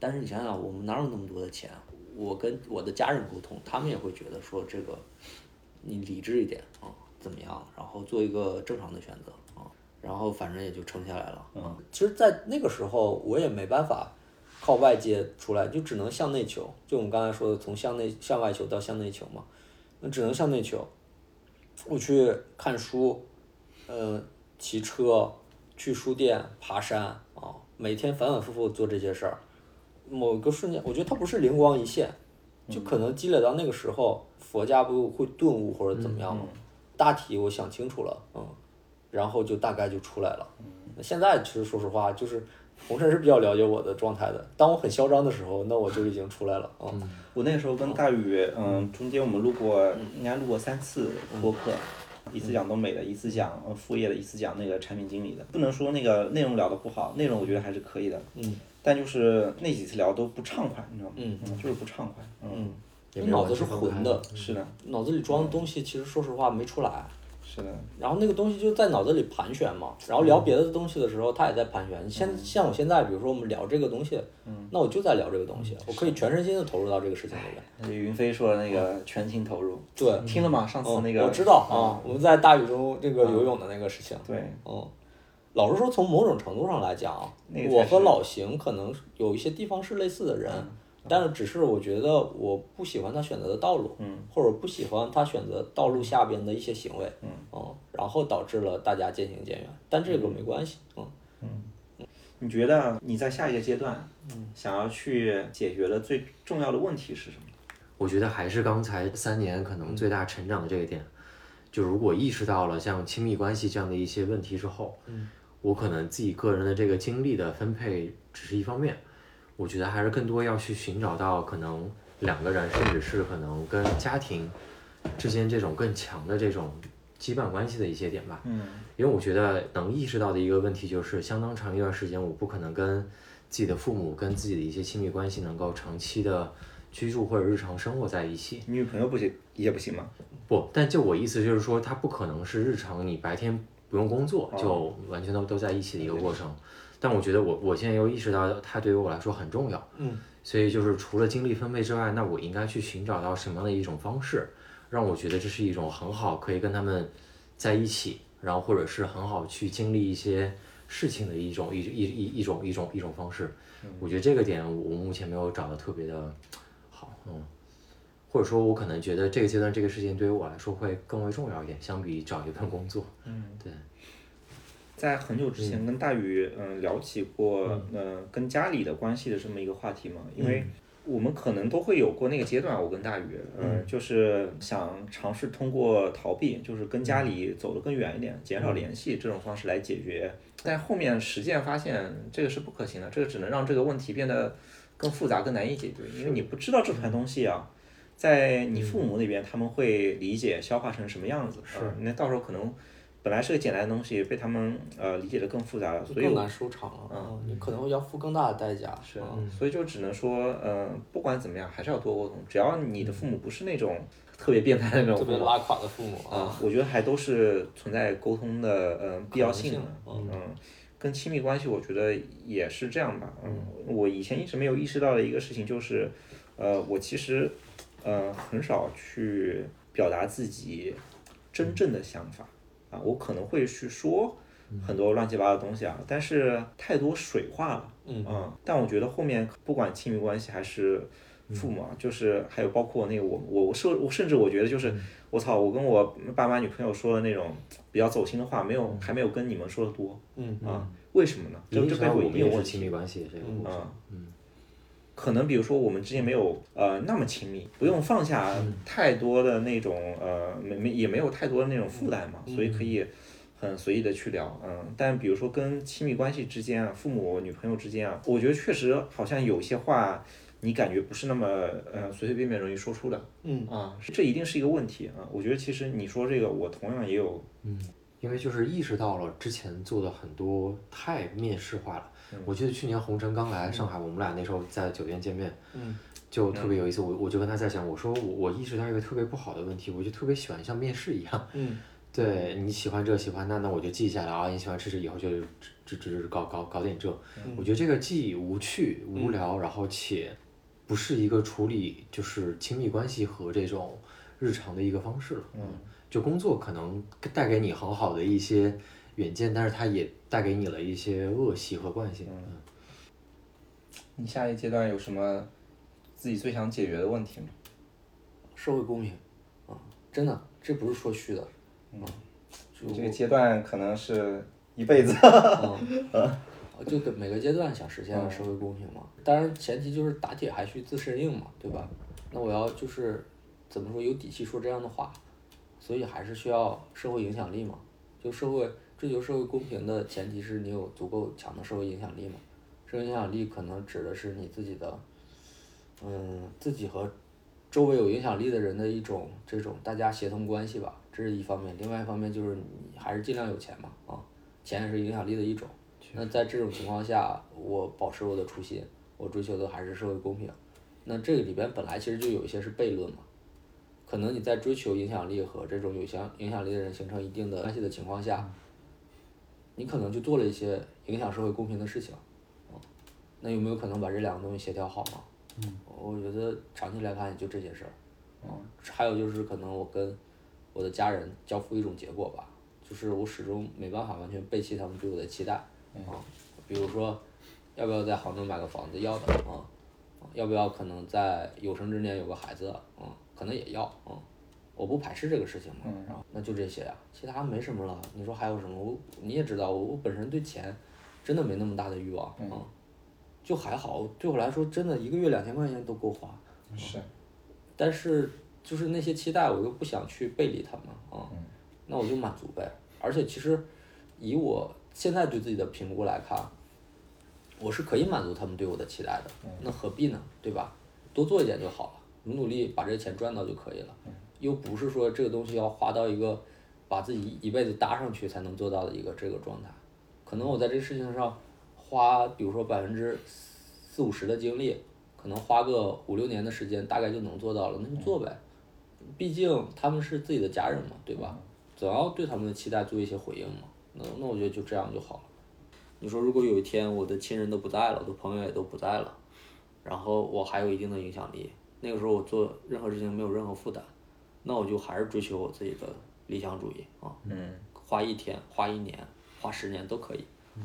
Speaker 2: 但是你想想，我们哪有那么多的钱啊？我跟我的家人沟通，他们也会觉得说这个你理智一点啊、怎么样？然后做一个正常的选择啊、然后反正也就撑下来了。嗯，其实，在那个时候，我也没办法靠外界出来，就只能向内求。就我们刚才说的，从向内向外求到向内求嘛，那只能向内求。我去看书，呃，骑车，去书店，爬山啊、每天反反复复做这些事儿。某个瞬间，我觉得它不是灵光一现，就可能积累到那个时候，佛家不会顿悟或者怎么样吗？大体我想清楚了，嗯，然后就大概就出来了。那现在其实说实话，就是红尘是比较了解我的状态的。当我很嚣张的时候，那我就已经出来了，嗯。
Speaker 1: 我那个时候跟大宇，嗯，中间我们录过，应该录过三次播客，一次讲东北的，一次讲呃副业的，一次讲那个产品经理的。不能说那个内容聊得不好，内容我觉得还是可以的，嗯，但就是那几次聊都不畅快，你知道吗？嗯，就是不畅快，嗯，
Speaker 3: 也
Speaker 2: 你
Speaker 3: 没有
Speaker 2: 脑子
Speaker 3: 完
Speaker 2: 是
Speaker 3: 全分
Speaker 2: 混
Speaker 3: 开
Speaker 2: 的，
Speaker 1: 是的，
Speaker 2: 脑子里装的东西其实说实话没出来，
Speaker 1: 是的，
Speaker 2: 然后那个东西就在脑子里盘旋嘛。然后聊别的东西的时候，它也在盘
Speaker 1: 嗯
Speaker 2: 旋。现像我现在，比如说我们聊这个东西，那我就在聊这个东西，我可以全身心的投入到这个事情里面。
Speaker 1: 那就云飞说的那个全情投入，
Speaker 2: 对，
Speaker 1: 听了吗？上次
Speaker 2: 嗯
Speaker 1: 那个啊
Speaker 2: 我知道啊，我们在大雨中这个游泳的那个事情，
Speaker 1: 对，
Speaker 2: 嗯，老实说，从某种程度上来讲，
Speaker 1: 那个才
Speaker 2: 我和
Speaker 1: 是嗯
Speaker 2: 老邢可能有一些地方是类似的人，但是只是我觉得我不喜欢他选择的道路，嗯，或者不喜欢他选择道路下边的一些行为，嗯，然后导致了大家渐行渐远，但这个没关系，嗯，
Speaker 1: 你觉得你在下一个阶段，想要去解决的最重要的问题是什么？
Speaker 3: 我觉得还是刚才三年可能最大成长的这一点，就如果意识到了像亲密关系这样的一些问题之后，嗯，我可能自己个人的这个精力的分配只是一方面，我觉得还是更多要去寻找到可能两个人，甚至是可能跟家庭之间这种更强的这种羁绊关系的一些点吧。
Speaker 1: 嗯，
Speaker 3: 因为我觉得能意识到的一个问题就是，相当长一段时间我不可能跟自己的父母、跟自己的一些亲密关系能够长期的居住或者日常生活在一起。
Speaker 1: 女朋友不行也不行吗？
Speaker 3: 不，但就我意思就是说，它不可能是日常你白天不用工作就完全都都在一起的一个过程。但我觉得我我现在又意识到，它对于我来说很重要。嗯，所以就是除了精力分配之外，那我应该去寻找到什么样的一种方式，让我觉得这是一种很好可以跟他们在一起，然后或者是很好去经历一些事情的一种一一一一种一种一种方式。我觉得这个点我目前没有找到特别的好，嗯。或者说，我可能觉得这个阶段这个事情对于我来说会更为重要一点，相比找一份工作。
Speaker 1: 在很久之前跟大宇嗯、呃聊起过嗯、呃跟家里的关系的这么一个话题嘛，因为我们可能都会有过那个阶段，我跟大宇嗯、呃就是想尝试通过逃避，就是跟家里走得更远一点，减少联系这种方式来解决。但后面实践发现这个是不可行的，这个只能让这个问题变得更复杂、更难以解决，因为你不知道这盘东西啊。嗯在你父母那边，他们会理解、消化成什么样子？是、那到时候可能本来是个简单的东西，被他们呃理解的更复杂了，所以
Speaker 2: 更难收场了，嗯，你可能会要付更大的代价。啊
Speaker 1: 是，所以就只能说，呃，不管怎么样，还是要多沟通。只要你的父母不是那种特别变态 的那种
Speaker 2: 嗯特
Speaker 1: 父
Speaker 2: 别
Speaker 1: 母，
Speaker 2: 拉垮的父母啊，
Speaker 1: 啊，我觉得还都是存在沟通的呃必要性的。
Speaker 2: 可
Speaker 1: 嗯，跟亲密关系，我觉得也是这样吧。嗯，我以前一直没有意识到的一个事情就是，呃，我其实呃很少去表达自己真正的想法啊，我可能会去说很多乱七八糟的东西啊，但是太多水化了。嗯但我觉得后面不管亲密关系还是父母啊，就是还有包括那个我我我甚我甚至我觉得就是我操，我跟我爸妈女朋友说的那种比较走心的话，没有还没有跟你们说的多。嗯啊，为什么呢？这
Speaker 3: 嗯影
Speaker 1: 这背
Speaker 3: 响
Speaker 1: 后
Speaker 3: 我
Speaker 1: 一
Speaker 3: 们
Speaker 1: 定有
Speaker 3: 也是
Speaker 1: 问
Speaker 3: 亲
Speaker 1: 题。
Speaker 3: 密关系这个嗯故事。
Speaker 1: 嗯可能比如说我们之间没有呃那么亲密，不用放下
Speaker 3: 嗯
Speaker 1: 太多的那种呃没没也没有太多的那种负担嘛，
Speaker 3: 嗯
Speaker 1: 所以可以很随意的去聊，嗯。但比如说跟亲密关系之间啊，父母女朋友之间啊，我觉得确实好像有些话你感觉不是那么呃随随便便容易说出的，嗯啊，这一定是一个问题啊。我觉得其实你说这个，我同样也有
Speaker 3: 因为就是意识到了之前做的很多太面试化
Speaker 1: 嗯
Speaker 3: 了。我记得去年红尘刚来上海，我们俩那时候在酒店见面，嗯，就特别有意思。我我就跟他在讲，我说我我意识到一个特别不好的问题，我就特别喜欢像面试一样， 嗯，对你喜欢这喜欢那，那我就记下来啊，你喜欢吃这，以后就只只只搞搞搞点这。我觉得这个既无趣无聊，然后且不是一个处理就是亲密关系和这种日常的一个方式了。嗯，就工作可能带给你很好的一些远见，但是它也带给你了一些恶习和惯性。嗯
Speaker 1: 你下一阶段有什么自己最想解决的问题吗？
Speaker 2: 社会公平啊，真的，这不是说虚的啊，就
Speaker 1: 这个阶段可能是一辈子。
Speaker 2: 啊，就跟每个阶段想实现的社会公平嘛。当然，前提就是打铁还需自身硬嘛，对吧？那我要就是怎么说有底气说这样的话，所以还是需要社会影响力嘛。就社会追求社会公平的前提是你有足够强的社会影响力嘛。社会影响力可能指的是你自己的，嗯，自己和周围有影响力的人的一种这种大家协同关系吧，这是一方面。另外一方面就是你还是尽量有钱嘛，啊，钱也是影响力的一种。那在这种情况下，我保持我的初心，我追求的还是社会公平。那这个里边本来其实就有一些是悖论嘛，可能你在追求影响力和这种有响影响力的人形成一定的关系的情况下，你可能就做了一些影响社会公平的事情。嗯那有没有可能把这两个东西协调好吗？嗯，我觉得长期来看也就这些事儿。嗯，还有就是可能我跟我的家人交付一种结果吧，就是我始终没办法完全背弃他们对我的期待。啊，比如说要不要在杭州买个房子，要的啊，啊要不要可能在有生之年有个孩子啊，可能也要啊，我不排斥这个事情嘛，然后那就这些呀、其他没什么了。你说还有什么？我你也知道，我我本身对钱真的没那么大的欲望啊，就还好，对我来说真的一个月两千块钱都够花，啊
Speaker 1: 是，
Speaker 2: 但是就是那些期待，我又不想去背离他们啊，那我就满足呗。而且其实以我现在对自己的评估来看，我是可以满足他们对我的期待的，那何必呢？对吧？多做一点就好了，努努力把这钱赚到就可以了，又不是说这个东西要花到一个把自己一辈子搭上去才能做到的一个这个状态。可能我在这事情上花，比如说百分之四五十的精力，可能花个五六年的时间，大概就能做到了，那就做呗。毕竟他们是自己的家人嘛，对吧？总要对他们的期待做一些回应嘛。那那我觉得就这样就好了。你说，如果有一天我的亲人都不在了，我的朋友也都不在了，然后我还有一定的影响力，那个时候我做任何事情没有任何负担，那我就还是追求我自己的理想主义啊。嗯。花一天、花一年、花十年都可以。嗯。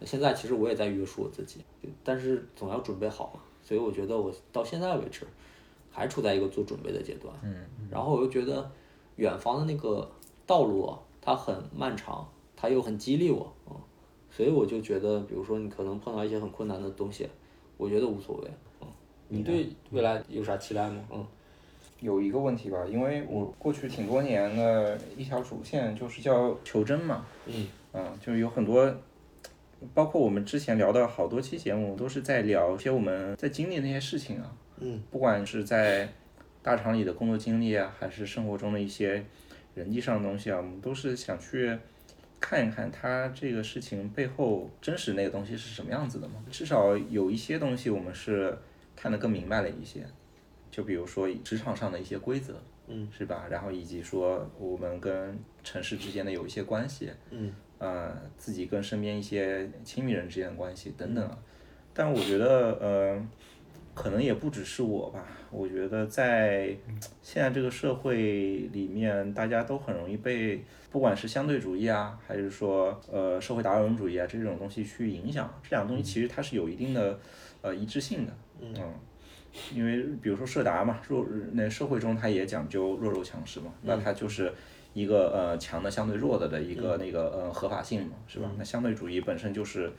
Speaker 2: 那现在其实我也在约束我自己，就但是总要准备好嘛。所以我觉得我到现在为止，还处在一个做准备的阶段。嗯。然后我又觉得远方的那个道路啊，它很漫长，它又很激励我啊、嗯所以我就觉得，比如说你可能碰到一些很困难的东西，我觉得无所谓。嗯，你对未来有啥期待吗？嗯，
Speaker 1: 有一个问题吧，因为我过去挺多年的一条主线就是叫求真嘛，嗯，就是有很多，包括我们之前聊的好多期节目，都是在聊一些我们在经历的那些事情啊，嗯，不管是在大厂里的工作经历啊，还是生活中的一些人际上的东西啊，我们都是想去看一看它这个事情背后真实那个东西是什么样子的嘛。至少有一些东西我们是看得更明白了一些，就比如说职场上的一些规则，嗯，是吧？然后以及说我们跟城市之间的有一些关系，嗯，呃，自己跟身边一些亲密人之间的关系等等啊。但我觉得，呃，可能也不只是我吧。我觉得在现在这个社会里面，大家都很容易被不管是相对主义啊，还是说呃社会达尔文主义啊这种东西去影响。这两个东西其实它是有一定的呃一致性的，嗯。因为比如说社达嘛，弱那社会中它也讲究弱肉强食嘛，那它就是一个呃强的相对弱的的一个那个呃合法性嘛，是吧？那相对主义本身就是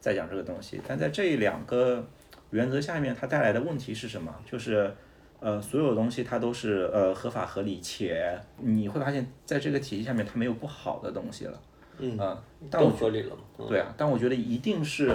Speaker 1: 在讲这个东西，但在这两个原则下面，它带来的问题是什么？就是呃所有东西它都是呃合法合理，且你会发现在这个体系下面它没有不好的东西了，嗯啊、但
Speaker 2: 更合理了嘛？嗯
Speaker 1: 对啊，但我觉得一定是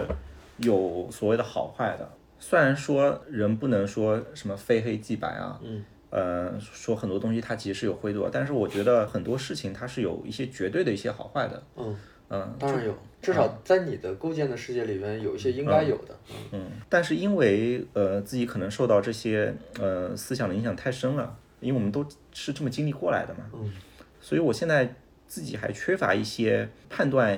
Speaker 1: 有所谓的好坏的。虽然说人不能说什么非黑即白啊，嗯，呃，说很多东西它其实是有灰度的，但是我觉得很多事情它是有一些绝对的一些好坏的，嗯嗯，
Speaker 2: 当然有，至少在你的构建的世界里面，有一些应该有的。
Speaker 1: 嗯，但是因为呃自己可能受到这些呃思想的影响太深了，因为我们都是这么经历过来的嘛，嗯，所以我现在自己还缺乏一些判断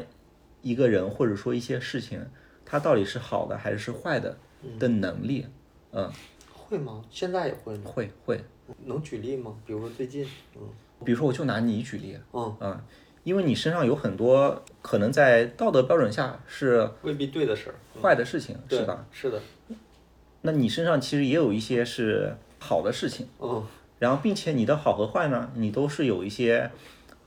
Speaker 1: 一个人或者说一些事情，它到底是好的还是坏的的能力，嗯，
Speaker 2: 会吗？现在也嗯会吗？
Speaker 1: 会会，
Speaker 2: 能举例吗？比如说最近，嗯
Speaker 1: 比如说我就拿你举例，
Speaker 2: 嗯，
Speaker 1: 啊，因为你身上有很多可能在道德标准下是
Speaker 2: 未必对的事儿，
Speaker 1: 坏的事情，
Speaker 2: 对
Speaker 1: 是吧？？
Speaker 2: 是的，
Speaker 1: 那你身上其实也有一些是好的事情，
Speaker 2: 嗯，
Speaker 1: 然后并且你的好和坏呢，你都是有一些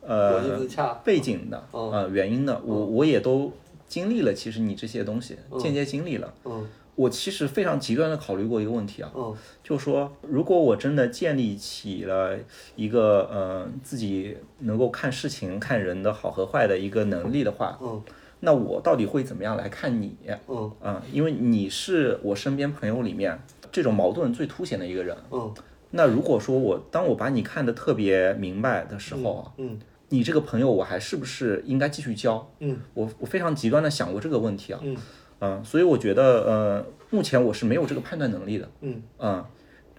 Speaker 2: 逻辑
Speaker 1: 呃
Speaker 2: 自洽，
Speaker 1: 背景的
Speaker 2: 嗯
Speaker 1: 呃原因的，我我也都经历了，其实你这些东西间接经历了。
Speaker 2: 嗯
Speaker 1: 我其实非常极端的考虑过一个问题啊，
Speaker 2: 嗯
Speaker 1: 就说如果我真的建立起了一个呃自己能够看事情、看人的好和坏的一个能力的话，
Speaker 2: 嗯
Speaker 1: 那我到底会怎么样来看你？
Speaker 2: 嗯
Speaker 1: 啊、因为你是我身边朋友里面这种矛盾最凸显的一个人。
Speaker 2: 嗯
Speaker 1: 那如果说我当我把你看得特别明白的时候啊，
Speaker 2: 嗯
Speaker 1: 你这个朋友我还是不是应该继续交？
Speaker 2: 嗯，
Speaker 1: 我我非常极端的想过这个问题啊，
Speaker 2: 嗯
Speaker 1: 嗯、所以我觉得呃，目前我是没有这个判断能力的，
Speaker 2: 嗯
Speaker 1: 嗯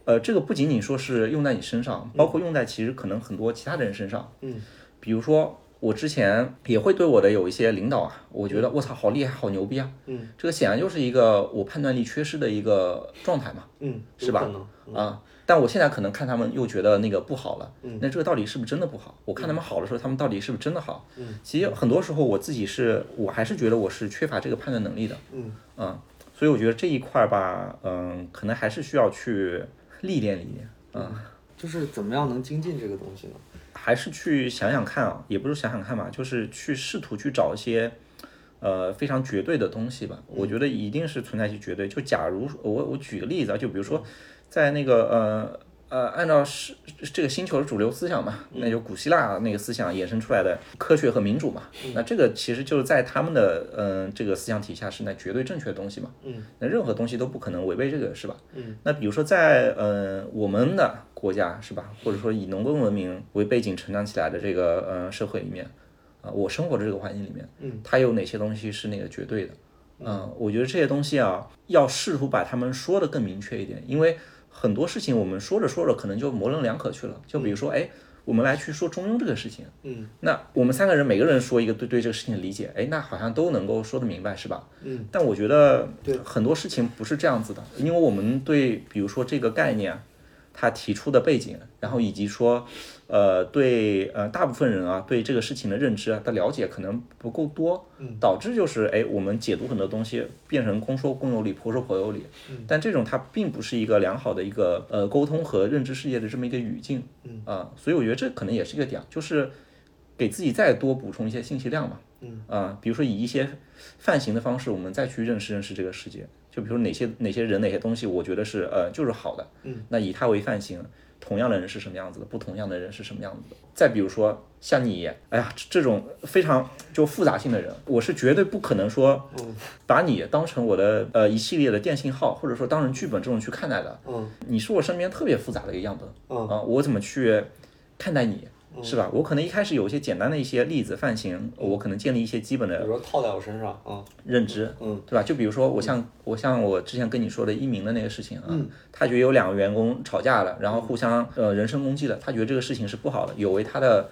Speaker 1: 呃，这个不仅仅说是用在你身上，包括用在其实可能很多其他的人身上，
Speaker 2: 嗯，
Speaker 1: 比如说我之前也会对我的有一些领导啊，我觉得我操好厉害，好牛逼啊，
Speaker 2: 嗯
Speaker 1: 这个显然就是一个我判断力缺失的一个状态嘛，
Speaker 2: 嗯，
Speaker 1: 是吧
Speaker 2: 有可能
Speaker 1: 啊。但我现在可能看他们又觉得那个不好了，
Speaker 2: 嗯
Speaker 1: 那这个到底是不是真的不好？我看他们好的时候，他们到底是不是真的好？
Speaker 2: 嗯
Speaker 1: 其实很多时候我自己是，我还是觉得我是缺乏这个判断能力的，
Speaker 2: 嗯
Speaker 1: 嗯，所以我觉得这一块儿吧，嗯，可能还是需要去历练历练，嗯，
Speaker 2: 就是怎么样能精进这个东西呢？
Speaker 1: 还是去想想看啊，也不是想想看吧，就是去试图去找一些。呃，非常绝对的东西吧，我觉得一定是存在一些绝对。就假如说我我举个例子啊，就比如说，在那个呃呃，按照是这个星球的主流思想嘛，那就古希腊那个思想衍生出来的科学和民主嘛，那这个其实就是在他们的嗯、呃这个思想体系下是那绝对正确的东西嘛，
Speaker 2: 嗯，
Speaker 1: 那任何东西都不可能违背这个是吧？
Speaker 2: 嗯，
Speaker 1: 那比如说在嗯、呃我们的国家是吧，或者说以农耕文明为背景成长起来的这个呃社会里面。啊，我生活的这个环境里面，嗯，它有哪些东西是那个绝对的？嗯，我觉得这些东西啊，要试图把它们说的更明确一点，因为很多事情我们说着说着，可能就模棱两可去了。就比如说，哎，我们来去说中庸这个事情，
Speaker 2: 嗯，
Speaker 1: 那我们三个人每个人说一个对对这个事情的理解，哎，那好像都能够说得明白，是吧？
Speaker 2: 嗯，
Speaker 1: 但我觉得
Speaker 2: 对
Speaker 1: 很多事情不是这样子的，因为我们对比如说这个概念，他提出的背景，然后以及说，呃，对呃大部分人啊对这个事情的认知啊的了解可能不够多，
Speaker 2: 嗯
Speaker 1: 导致就是哎我们解读很多东西变成公说公有理，婆说婆有理，
Speaker 2: 嗯
Speaker 1: 但这种它并不是一个良好的一个呃沟通和认知世界的这么一个语境，嗯啊、所以我觉得这可能也是一个点，就是给自己再多补充一些信息量嘛，嗯啊、比如说以一些泛型的方式，我们再去认识认识这个世界。就比如哪些哪些人哪些东西，我觉得是呃就是好的，嗯，那以它为泛型，同样的人是什么样子的，不同样的人是什么样子的。再比如说像你，哎呀，这这种非常就复杂性的人，我是绝对不可能说， 把你当成我的呃一系列的电信号，或者说当成剧本这种去看待的。
Speaker 2: 嗯
Speaker 1: 你是我身边特别复杂的一个样本，
Speaker 2: 嗯
Speaker 1: 啊，我怎么去看待你？是吧？我可能一开始有一些简单的一些例子范型，我可能建立一些基本
Speaker 2: 比
Speaker 1: 的
Speaker 2: 如说套在我身上啊，
Speaker 1: 认知，
Speaker 2: 嗯，
Speaker 1: 对吧？就比如说我像我像我之前跟你说的一鸣的那个事情啊，
Speaker 2: 嗯
Speaker 1: 他觉得有两个员工吵架了，然后互相呃人身攻击了，他觉得这个事情是不好的，有违他的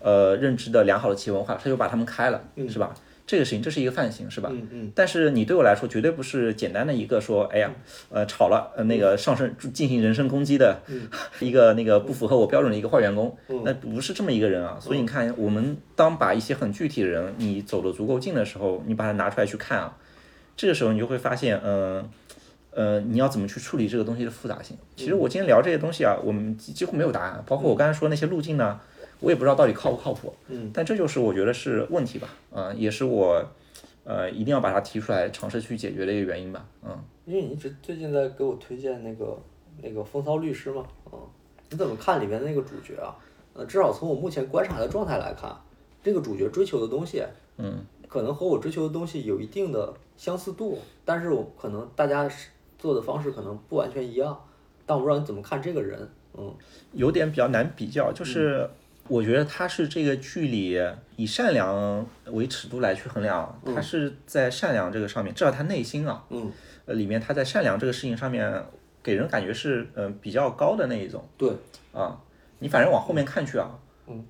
Speaker 1: 呃认知的良好的企业文化，他就把他们开了，是吧？这个事情这是一个范型，是吧？
Speaker 2: 嗯嗯，
Speaker 1: 但是你对我来说绝对不是简单的一个说，哎呀，
Speaker 2: 嗯
Speaker 1: 呃，吵了，呃，那个上升进行人身攻击的 一个那个不符合我标准的一个坏员工，那不是这么一个人啊。所以你看，我们当把一些很具体的人，你走的足够近的时候，你把它拿出来去看啊，这个时候你就会发现，嗯、呃，你要怎么去处理这个东西的复杂性？其实我今天聊这些东西啊，我们几几乎没有答案，包括我刚才说那些路径呢，我也不知道到底靠不靠谱。嗯，但这就是我觉得是问题吧，啊、也是我。呃，一定要把它提出来，尝试去解决的一个原因吧。嗯，
Speaker 2: 因为你一直最近在给我推荐那个那个《风骚律师》嘛，嗯，你怎么看里面的那个主角啊？呃，至少从我目前观察的状态来看，这个主角追求的东西，嗯，可能和我追求的东西有一定的相似度，但是我可能大家是做的方式可能不完全一样，但我不知道你怎么看这个人，嗯
Speaker 1: 有点比较难比较，就是我觉得他是这个剧里以善良为尺度来去衡量，他是在善良这个上面，至少他内心啊，
Speaker 2: 嗯，
Speaker 1: 呃，里面他在善良这个事情上面给人感觉是嗯、呃比较高的那一种
Speaker 2: 对，嗯
Speaker 1: 啊。你反正往后面看去啊，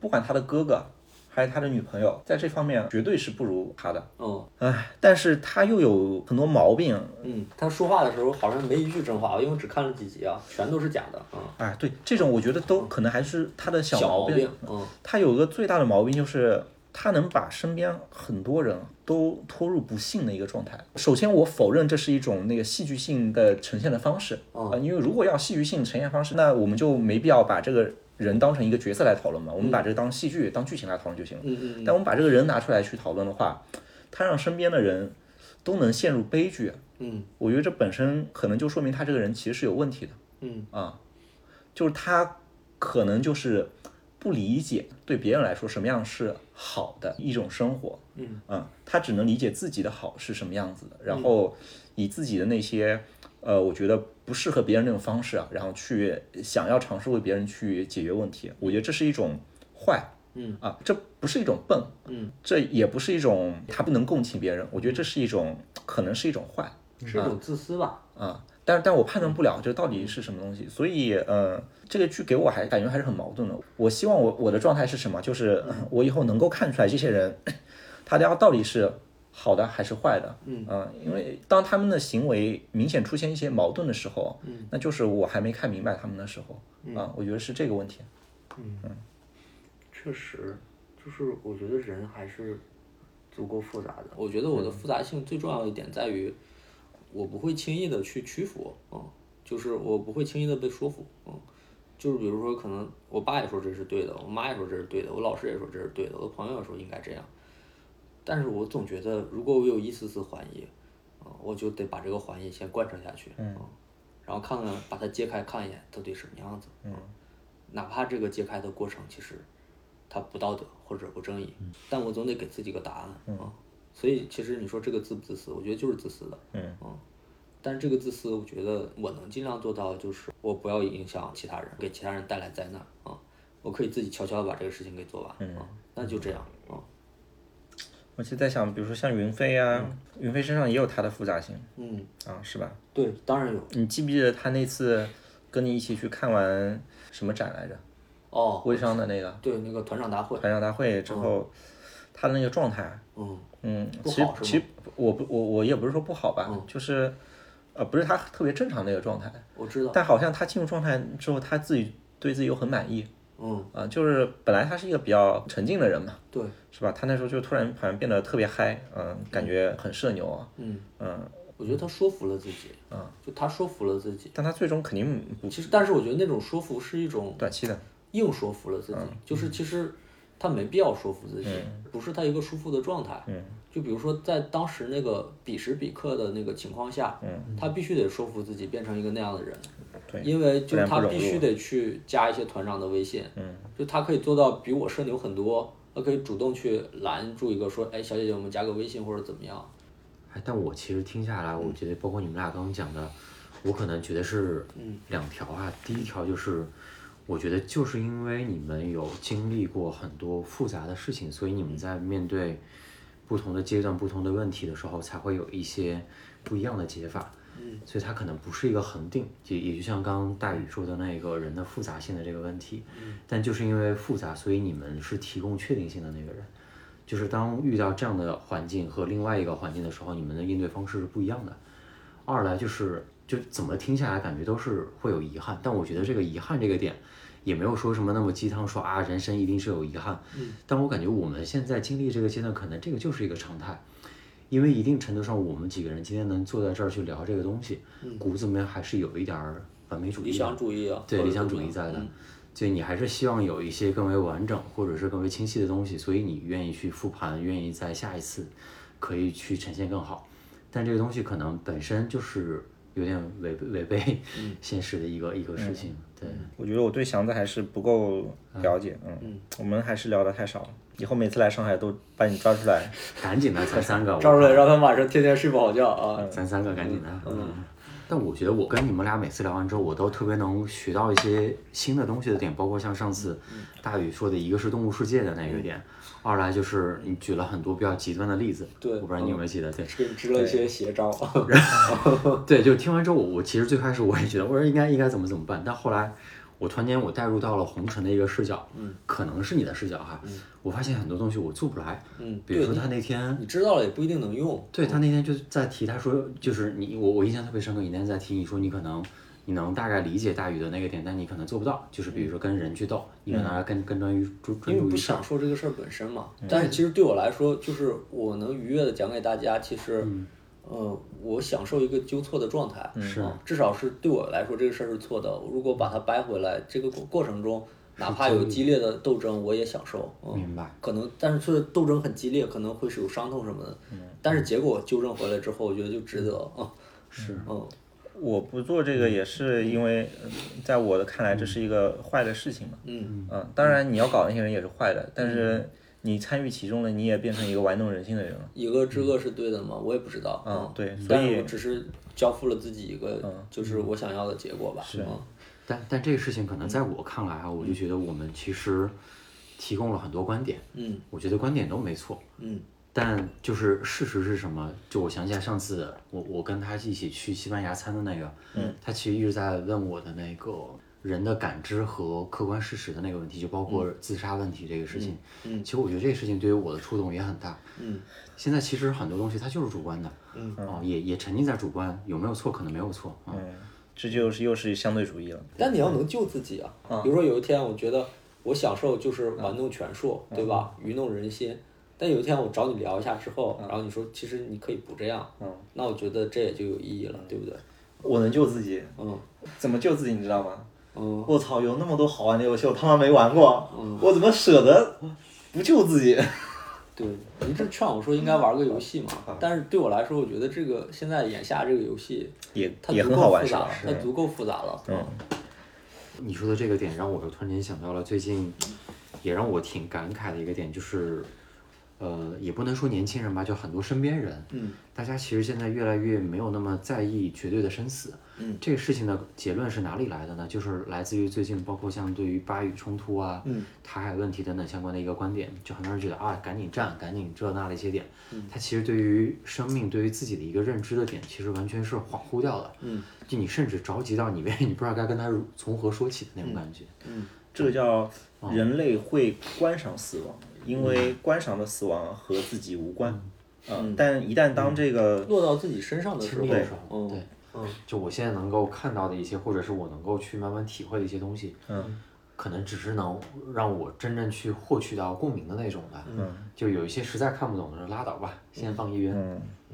Speaker 1: 不管他的哥哥还是他的女朋友，在这方面绝对是不如他的。
Speaker 2: 嗯
Speaker 1: 唉，但是他又有很多毛病，
Speaker 2: 嗯，他说话的时候好像没一句真话，因为我只看了几集啊，全都是假的，嗯，
Speaker 1: 哎，对这种我觉得都可能还是他的小
Speaker 2: 小
Speaker 1: 毛病。
Speaker 2: 病，嗯
Speaker 1: 他有个最大的毛病就是他能把身边很多人都拖入不幸的一个状态。首先，我否认这是一种那个戏剧性的呈现的方式
Speaker 2: 哦
Speaker 1: 啊、因为如果要戏剧性呈现方式，那我们就没必要把这个人当成一个角色来讨论嘛，我们把这个当戏剧、当剧情来讨论就行了。
Speaker 2: 嗯嗯
Speaker 1: 但我们把这个人拿出来去讨论的话，他让身边的人都能陷入悲剧，
Speaker 2: 嗯
Speaker 1: 我觉得这本身可能就说明他这个人其实是有问题的。
Speaker 2: 嗯
Speaker 1: 啊，就是他可能就是不理解对别人来说什么样是好的一种生活，
Speaker 2: 嗯
Speaker 1: 啊，他只能理解自己的好是什么样子的，然后以自己的那些呃，我觉得不适合别人那种方式啊，然后去想要尝试为别人去解决问题，我觉得这是一种坏。
Speaker 2: 嗯
Speaker 1: 啊，这不是一种笨，
Speaker 2: 嗯，
Speaker 1: 这也不是一种他不能共情别人，我觉得这是一种可能是一种坏，
Speaker 2: 是一种自私吧，
Speaker 1: 啊，但但我判断不了这到底是什么东西，所以呃，这个剧给我还感觉还是很矛盾的。我希望我我的状态是什么？就是呃 我以后能够看出来这些人，他的到底是好的还是坏的，嗯、因为当他们的行为明显出现一些矛盾的时候，嗯，那就是我还没看明白他们的时候，啊，我觉得是这个问题。
Speaker 2: 确实，就是我觉得人还是足够复杂的。嗯我觉得我的复杂性最重要的一点在于，我不会轻易的去屈服，嗯，就是我不会轻易的被说服，嗯，就是比如说，可能我爸也说这是对的，我妈也说这是对的，我老师也说这是对的，我的朋友也说应该这样，但是我总觉得，如果我有一丝丝怀疑，啊、我就得把这个怀疑先贯彻下去，嗯，然后看看把它揭开看一眼到底什么样子，嗯，哪怕这个揭开的过程其实它不道德或者不正义，
Speaker 1: 嗯
Speaker 2: 但我总得给自己个答案，嗯，所以其实你说这个自不自私，我觉得就是自私的，嗯但是这个自私，我觉得我能尽量做到，就是我不要影响其他人，给其他人带来灾难啊！我可以自己悄悄的把这个事情给做完、
Speaker 1: 嗯
Speaker 2: 啊，那就这样啊。
Speaker 1: 我就在想，比如说像云飞啊，云飞身上也有他的复杂性
Speaker 2: 嗯，
Speaker 1: 啊，是吧？
Speaker 2: 对，当然有
Speaker 1: 你记不记得他那次跟你一起去看完什么展来着？
Speaker 2: 哦，
Speaker 1: 微商的那个。
Speaker 2: 对那个团长大会，
Speaker 1: 团长大会之后，他的那个状态，
Speaker 2: 嗯
Speaker 1: 嗯，
Speaker 2: 不
Speaker 1: 其实
Speaker 2: 好是吗嗯
Speaker 1: 其实我不我我也不是说不好吧，就是，呃，不是他特别正常的一个状态，
Speaker 2: 我知道，
Speaker 1: 但好像他进入状态之后，他自己对自己又很满意，
Speaker 2: 嗯，
Speaker 1: 啊、就是本来他是一个比较沉静的人嘛，
Speaker 2: 对，
Speaker 1: 是吧？他那时候就突然好像变得特别嗨，嗯、感觉很社牛啊，
Speaker 2: 嗯，
Speaker 1: 嗯，
Speaker 2: 我觉得他说服了自己，啊，就他说服了自己。
Speaker 1: 但他最终肯定不
Speaker 2: 其实，但是我觉得那种说服是一种
Speaker 1: 短期的，
Speaker 2: 硬说服了自己，就是其实他没必要说服自己，不是他一个舒服的状态。就比如说在当时那个彼时彼刻的那个情况下，他必须得说服自己变成一个那样的人，因为
Speaker 1: 不
Speaker 2: 就是
Speaker 1: 然不
Speaker 2: 他
Speaker 1: 容
Speaker 2: 必须得去加一些团长的微信，就他可以做到比我社牛很多，他可以主动去拦住一个说，哎，小姐姐，我们加个微信或者怎么样，
Speaker 3: 哎，但我其实听下来，我
Speaker 2: 嗯
Speaker 3: 觉得包
Speaker 2: 嗯
Speaker 3: 括你们俩刚刚讲的，我可能觉得是两条啊。第一条就是，我觉得就是因为你们有经历过很多复杂的事情，所以你
Speaker 2: 嗯
Speaker 3: 们在面对不同的阶段、不同的问题的时候，才会有一些不一样的解法。
Speaker 2: 嗯，
Speaker 3: 所以它可能不是一个恒定，也也就像刚刚大宇说的那个人的复杂性的这个问题。
Speaker 2: 嗯，
Speaker 3: 但就是因为复杂，所以你们是提供确定性的那个人。就是当遇到这样的环境和另外一个环境的时候，你们的应对方式是不一样的。二来就是，就怎么听下来感觉都是会有遗憾，但我觉得这个遗憾这个点，也没有说什么那么鸡汤说啊，人生一定是有遗憾。
Speaker 2: 嗯，
Speaker 3: 但我感觉我们现在经历这个阶段，可能这个就是一个常态，因为一定程度上，我们几个人今天能坐在这儿去聊这个东西，骨子里面还是有一点儿完美主义的。
Speaker 2: 嗯理想主义啊，
Speaker 3: 对
Speaker 2: 或者
Speaker 3: 理想主
Speaker 2: 怎
Speaker 3: 义
Speaker 2: 么
Speaker 3: 在
Speaker 2: 样
Speaker 3: 的，就你还是希望有一些更为完整或者是更为清晰的东西，所以你愿意去复盘，愿意在下一次可以去呈现更好。但这个东西可能本身就是有点违违背
Speaker 2: 嗯
Speaker 3: 现实的一个、一个事情，对。
Speaker 1: 我觉得我对祥子还是不够了解，嗯，我们还是聊的太少了。以后每次来上海都把你抓出来，
Speaker 3: 赶紧的，咱三 个，
Speaker 2: 抓出来，
Speaker 3: 我
Speaker 2: 让他晚上天天睡不好觉啊
Speaker 3: 靠，。咱三个赶紧的。嗯。但我觉得我跟你们俩每次聊完之后，我都特别能学到一些新的东西的点，包括像上次大宇说的，一个是动物世界的那个点，二来就是你举了很多比较极端的例子，
Speaker 2: 对
Speaker 3: 我不知道你有没有记得，对，
Speaker 2: 给你支了一些邪 招，
Speaker 3: 对，就听完之后，我我其实最开始我也觉得，我说应该应该怎么怎么办，但后来我突然间我带入到了红尘的一个视角，嗯，可能是你的视角哈，我发现很多东西我做不来，
Speaker 2: 嗯，
Speaker 3: 比如说他那天。
Speaker 2: 你知道了也不一定能用。
Speaker 3: 对他那天就在提，他说就是你我我印象特别深刻，你那天在提，你说你可能你能大概理解大宇的那个点，但你可能做不到，就是比如说跟人去斗，你可能还跟跟专于专
Speaker 2: 嗯因
Speaker 3: 专
Speaker 2: 为
Speaker 3: 注
Speaker 2: 不
Speaker 3: 于
Speaker 2: 想说这个事儿本身嘛，但是其实对我来说，就是我能愉悦的讲给大家，其实，呃，我享受一个纠错的状态，是、啊，至少是对我来说这个事儿是错的。如果把它掰回来，这个过过程中，哪怕有激烈的斗争，我也享受。嗯，
Speaker 3: 明白，
Speaker 2: 可能，但是这斗争很激烈，可能会是有伤痛什么的，但是结果纠正回来之后，我觉得就值得啊。是，嗯，
Speaker 1: 我不做这个也是因为，呃在我的看来这是一个坏的事情嘛。
Speaker 2: 嗯
Speaker 1: 嗯，当然你要搞那些人也是坏的，但是你参与其中了，你也变成一个玩弄人心的人了。
Speaker 2: 以恶制恶是对的吗？我也不知道。
Speaker 1: 嗯对所以嗯
Speaker 2: 但是我只是交付了自己一个，就是我想要的结果吧。是
Speaker 3: 但但这个事情可
Speaker 2: 嗯
Speaker 3: 能在我看来啊，我就觉得我们其实提供了很多观点，
Speaker 2: 嗯
Speaker 3: 我觉得观点都没错，
Speaker 2: 嗯
Speaker 3: 但就是事实是什么？就我想起来上次我我跟他一起去西班牙餐的那个，嗯，他其实一直在问我的那个人的感知和客观事实的那个问题，就包括自杀问题这个事情。
Speaker 2: 嗯
Speaker 3: 其实我觉得这个事情对于我的触动也很大。
Speaker 2: 嗯
Speaker 3: 现在其实很多东西它就是主观的，
Speaker 2: 嗯，
Speaker 3: 哦，也也沉浸在主观，有没有错？可能没有错啊。
Speaker 1: 嗯，这就是又是相对主义了。
Speaker 2: 但你要
Speaker 1: 嗯
Speaker 2: 能救自己啊。比如说有一天，我觉得我享受就是
Speaker 1: 嗯
Speaker 2: 玩弄权术，对吧？愚弄人心。但有一天我找你聊一下之后，
Speaker 1: 嗯
Speaker 2: 然后你说其实你可以不这样，那我觉得这也就有意义
Speaker 1: 嗯
Speaker 2: 了，对不对？
Speaker 1: 我能救自己，
Speaker 2: 嗯
Speaker 1: 怎么救自己你知道吗？
Speaker 2: 嗯，
Speaker 1: 我操，有那么多好玩的游戏，我他妈没玩过，我怎么舍得不救自己？
Speaker 2: 对，你这劝我说应该玩个游戏
Speaker 1: 嗯
Speaker 2: 嘛。但是对我来说，我觉得这个现在眼下这个游戏，
Speaker 1: 也
Speaker 2: 它
Speaker 1: 也
Speaker 2: 足
Speaker 1: 很好
Speaker 2: 够
Speaker 1: 玩
Speaker 2: 复
Speaker 1: 是
Speaker 2: 杂
Speaker 1: 吧
Speaker 2: 了？，它足够复杂了。嗯
Speaker 3: 你说的这个点让我突然间想到了最近，也让我挺感慨的一个点，就是，呃，也不能说年轻人吧，就很多身边人，
Speaker 2: 嗯，
Speaker 3: 大家其实现在越来越没有那么在意绝对的生死，
Speaker 2: 嗯，
Speaker 3: 这个事情的结论是哪里来的呢？就是来自于最近包括像对于巴以冲突啊，
Speaker 2: 嗯，
Speaker 3: 台海问题等等相关的一个观点，就很多人觉得啊，赶紧战，赶紧这那的一些点，
Speaker 2: 嗯
Speaker 3: 他其实对于生命、对于自己的一个认知的点，其实完全是恍惚掉的，
Speaker 2: 嗯，
Speaker 3: 就你甚至着急到你为 你不知道该跟他如从何说起的那种感觉，
Speaker 2: 嗯
Speaker 1: 这叫人类会观赏死亡，因为观赏的死亡和自己无关。嗯，但一旦当这个，
Speaker 2: 落到自己身上的时候，
Speaker 3: 经历的时候，
Speaker 2: 嗯，
Speaker 3: 对，
Speaker 2: 嗯，
Speaker 3: 就我现在能够看到的一些，或者是我能够去慢慢体会的一些东西，
Speaker 1: 嗯，
Speaker 3: 可能只是能让我真正去获取到共鸣的那种吧，
Speaker 1: 嗯，
Speaker 3: 就有一些实在看不懂的，拉倒吧，先放一边，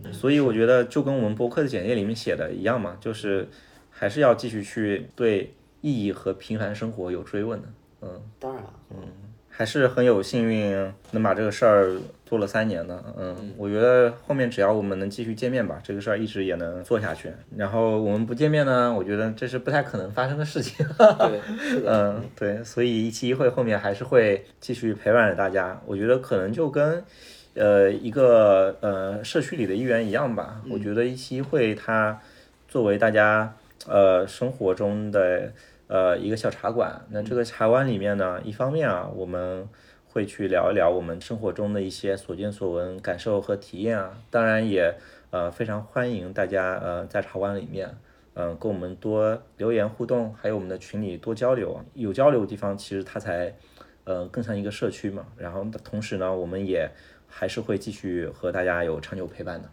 Speaker 1: 嗯，所以我觉得就跟我们博客的简介里面写的一样嘛，就是还是要继续去对意义和平凡生活有追问的。嗯，
Speaker 2: 当然，嗯
Speaker 1: 还是很有幸运能把这个事儿做了三年的，嗯，我觉得后面只要我们能继续见面吧，这个事儿一直也能做下去。然后我们不见面呢，我觉得这是不太可能发生的事情。
Speaker 2: 对， 是的，
Speaker 1: 嗯，对，所以一期一会后面还是会继续陪伴着大家。我觉得可能就跟，呃，一个呃社区里的一员一样吧。我觉得一期一会它作为大家呃生活中的呃一个小茶馆。那这个茶馆里面呢，一方面啊，我们会去聊一聊我们生活中的一些所见所闻、感受和体验啊。当然也呃非常欢迎大家呃在茶馆里面嗯、呃跟我们多留言互动，还有我们的群里多交流。有交流的地方，其实它才呃更像一个社区嘛。然后同时呢，我们也还是会继续和大家有长久陪伴的。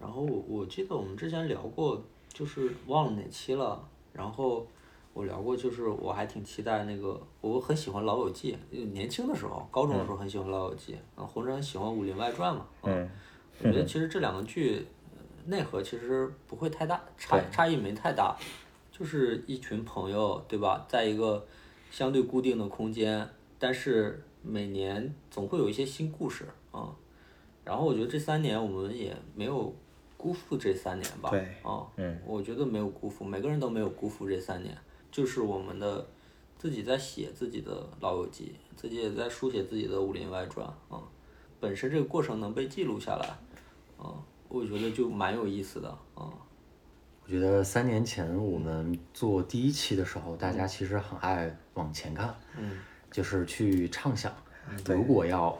Speaker 2: 然后我我记得我们之前聊过，就是忘了哪期了。然后我聊过，就是我还挺期待那个，我很喜欢《老友记》，就年轻的时候，高中的时候很喜欢《老友记》，啊，或者很喜欢《武林外传》嘛。嗯，我觉得其实这两个剧呃内核其实不会太大差差异没太大，就是一群朋友对吧，在一个相对固定的空间，但是每年总会有一些新故事啊。然后我觉得这三年我们也没有辜负这三年吧，
Speaker 1: 对
Speaker 2: 啊，嗯，我觉得没有辜负，每个人都没有辜负这三年，就是我们的自己在写自己的《老友记》，自己也在书写自己的《武林外传》啊，本身这个过程能被记录下来，啊，我觉得就蛮有意思的啊，
Speaker 3: 我觉得三年前我们做第一期的时候，大家其实很爱往前看，
Speaker 2: 嗯，
Speaker 3: 就是去畅想，
Speaker 1: 嗯
Speaker 3: 如果要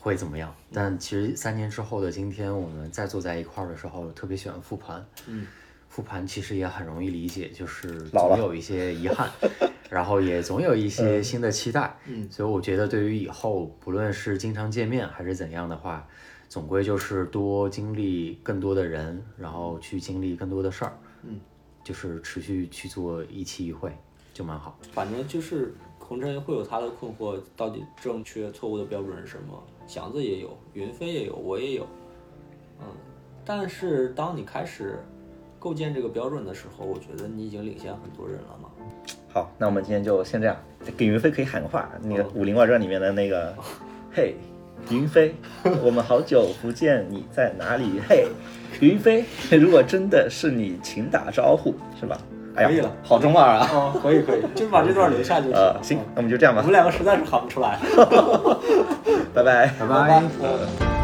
Speaker 3: 会怎么样。但其实三年之后的今天，我们再坐在一块儿的时候，特别喜欢复盘，
Speaker 2: 嗯，
Speaker 3: 复盘其实也很容易理解，就是
Speaker 1: 老了
Speaker 3: 总有一些 遗憾，然后也总有一些新的期待，嗯，所以我觉得对于以后不论是经常见面还是怎样的话，总归就是多经历更多的人，然后去经历更多的事儿，
Speaker 2: 嗯，
Speaker 3: 就是持续去做一期一会就蛮好。
Speaker 2: 反正就是红尘会有他的困惑，到底正确错误的标准是什么？祥子也有，云飞也有，我也有，嗯，但是当你开始构建这个标准的时候，我觉得你已经领先很多人了嘛。
Speaker 1: 好，那我们今天就先这样。给云飞可以喊个话，那个
Speaker 2: 哦
Speaker 1: 《武林外传》里面的那 个，嘿，云飞，我们好久不见，你在哪里？嘿，云飞，如果真的是你，请打招呼，是吧？哎呀，
Speaker 2: 可以了
Speaker 1: 好中二啊！
Speaker 2: 哦，可以可以， 就是把这段留下就行嗯
Speaker 1: 呃，行，那我们就这样吧，
Speaker 2: 两个实在是喊不出来。
Speaker 1: 拜拜。
Speaker 3: 拜
Speaker 2: 拜拜。嗯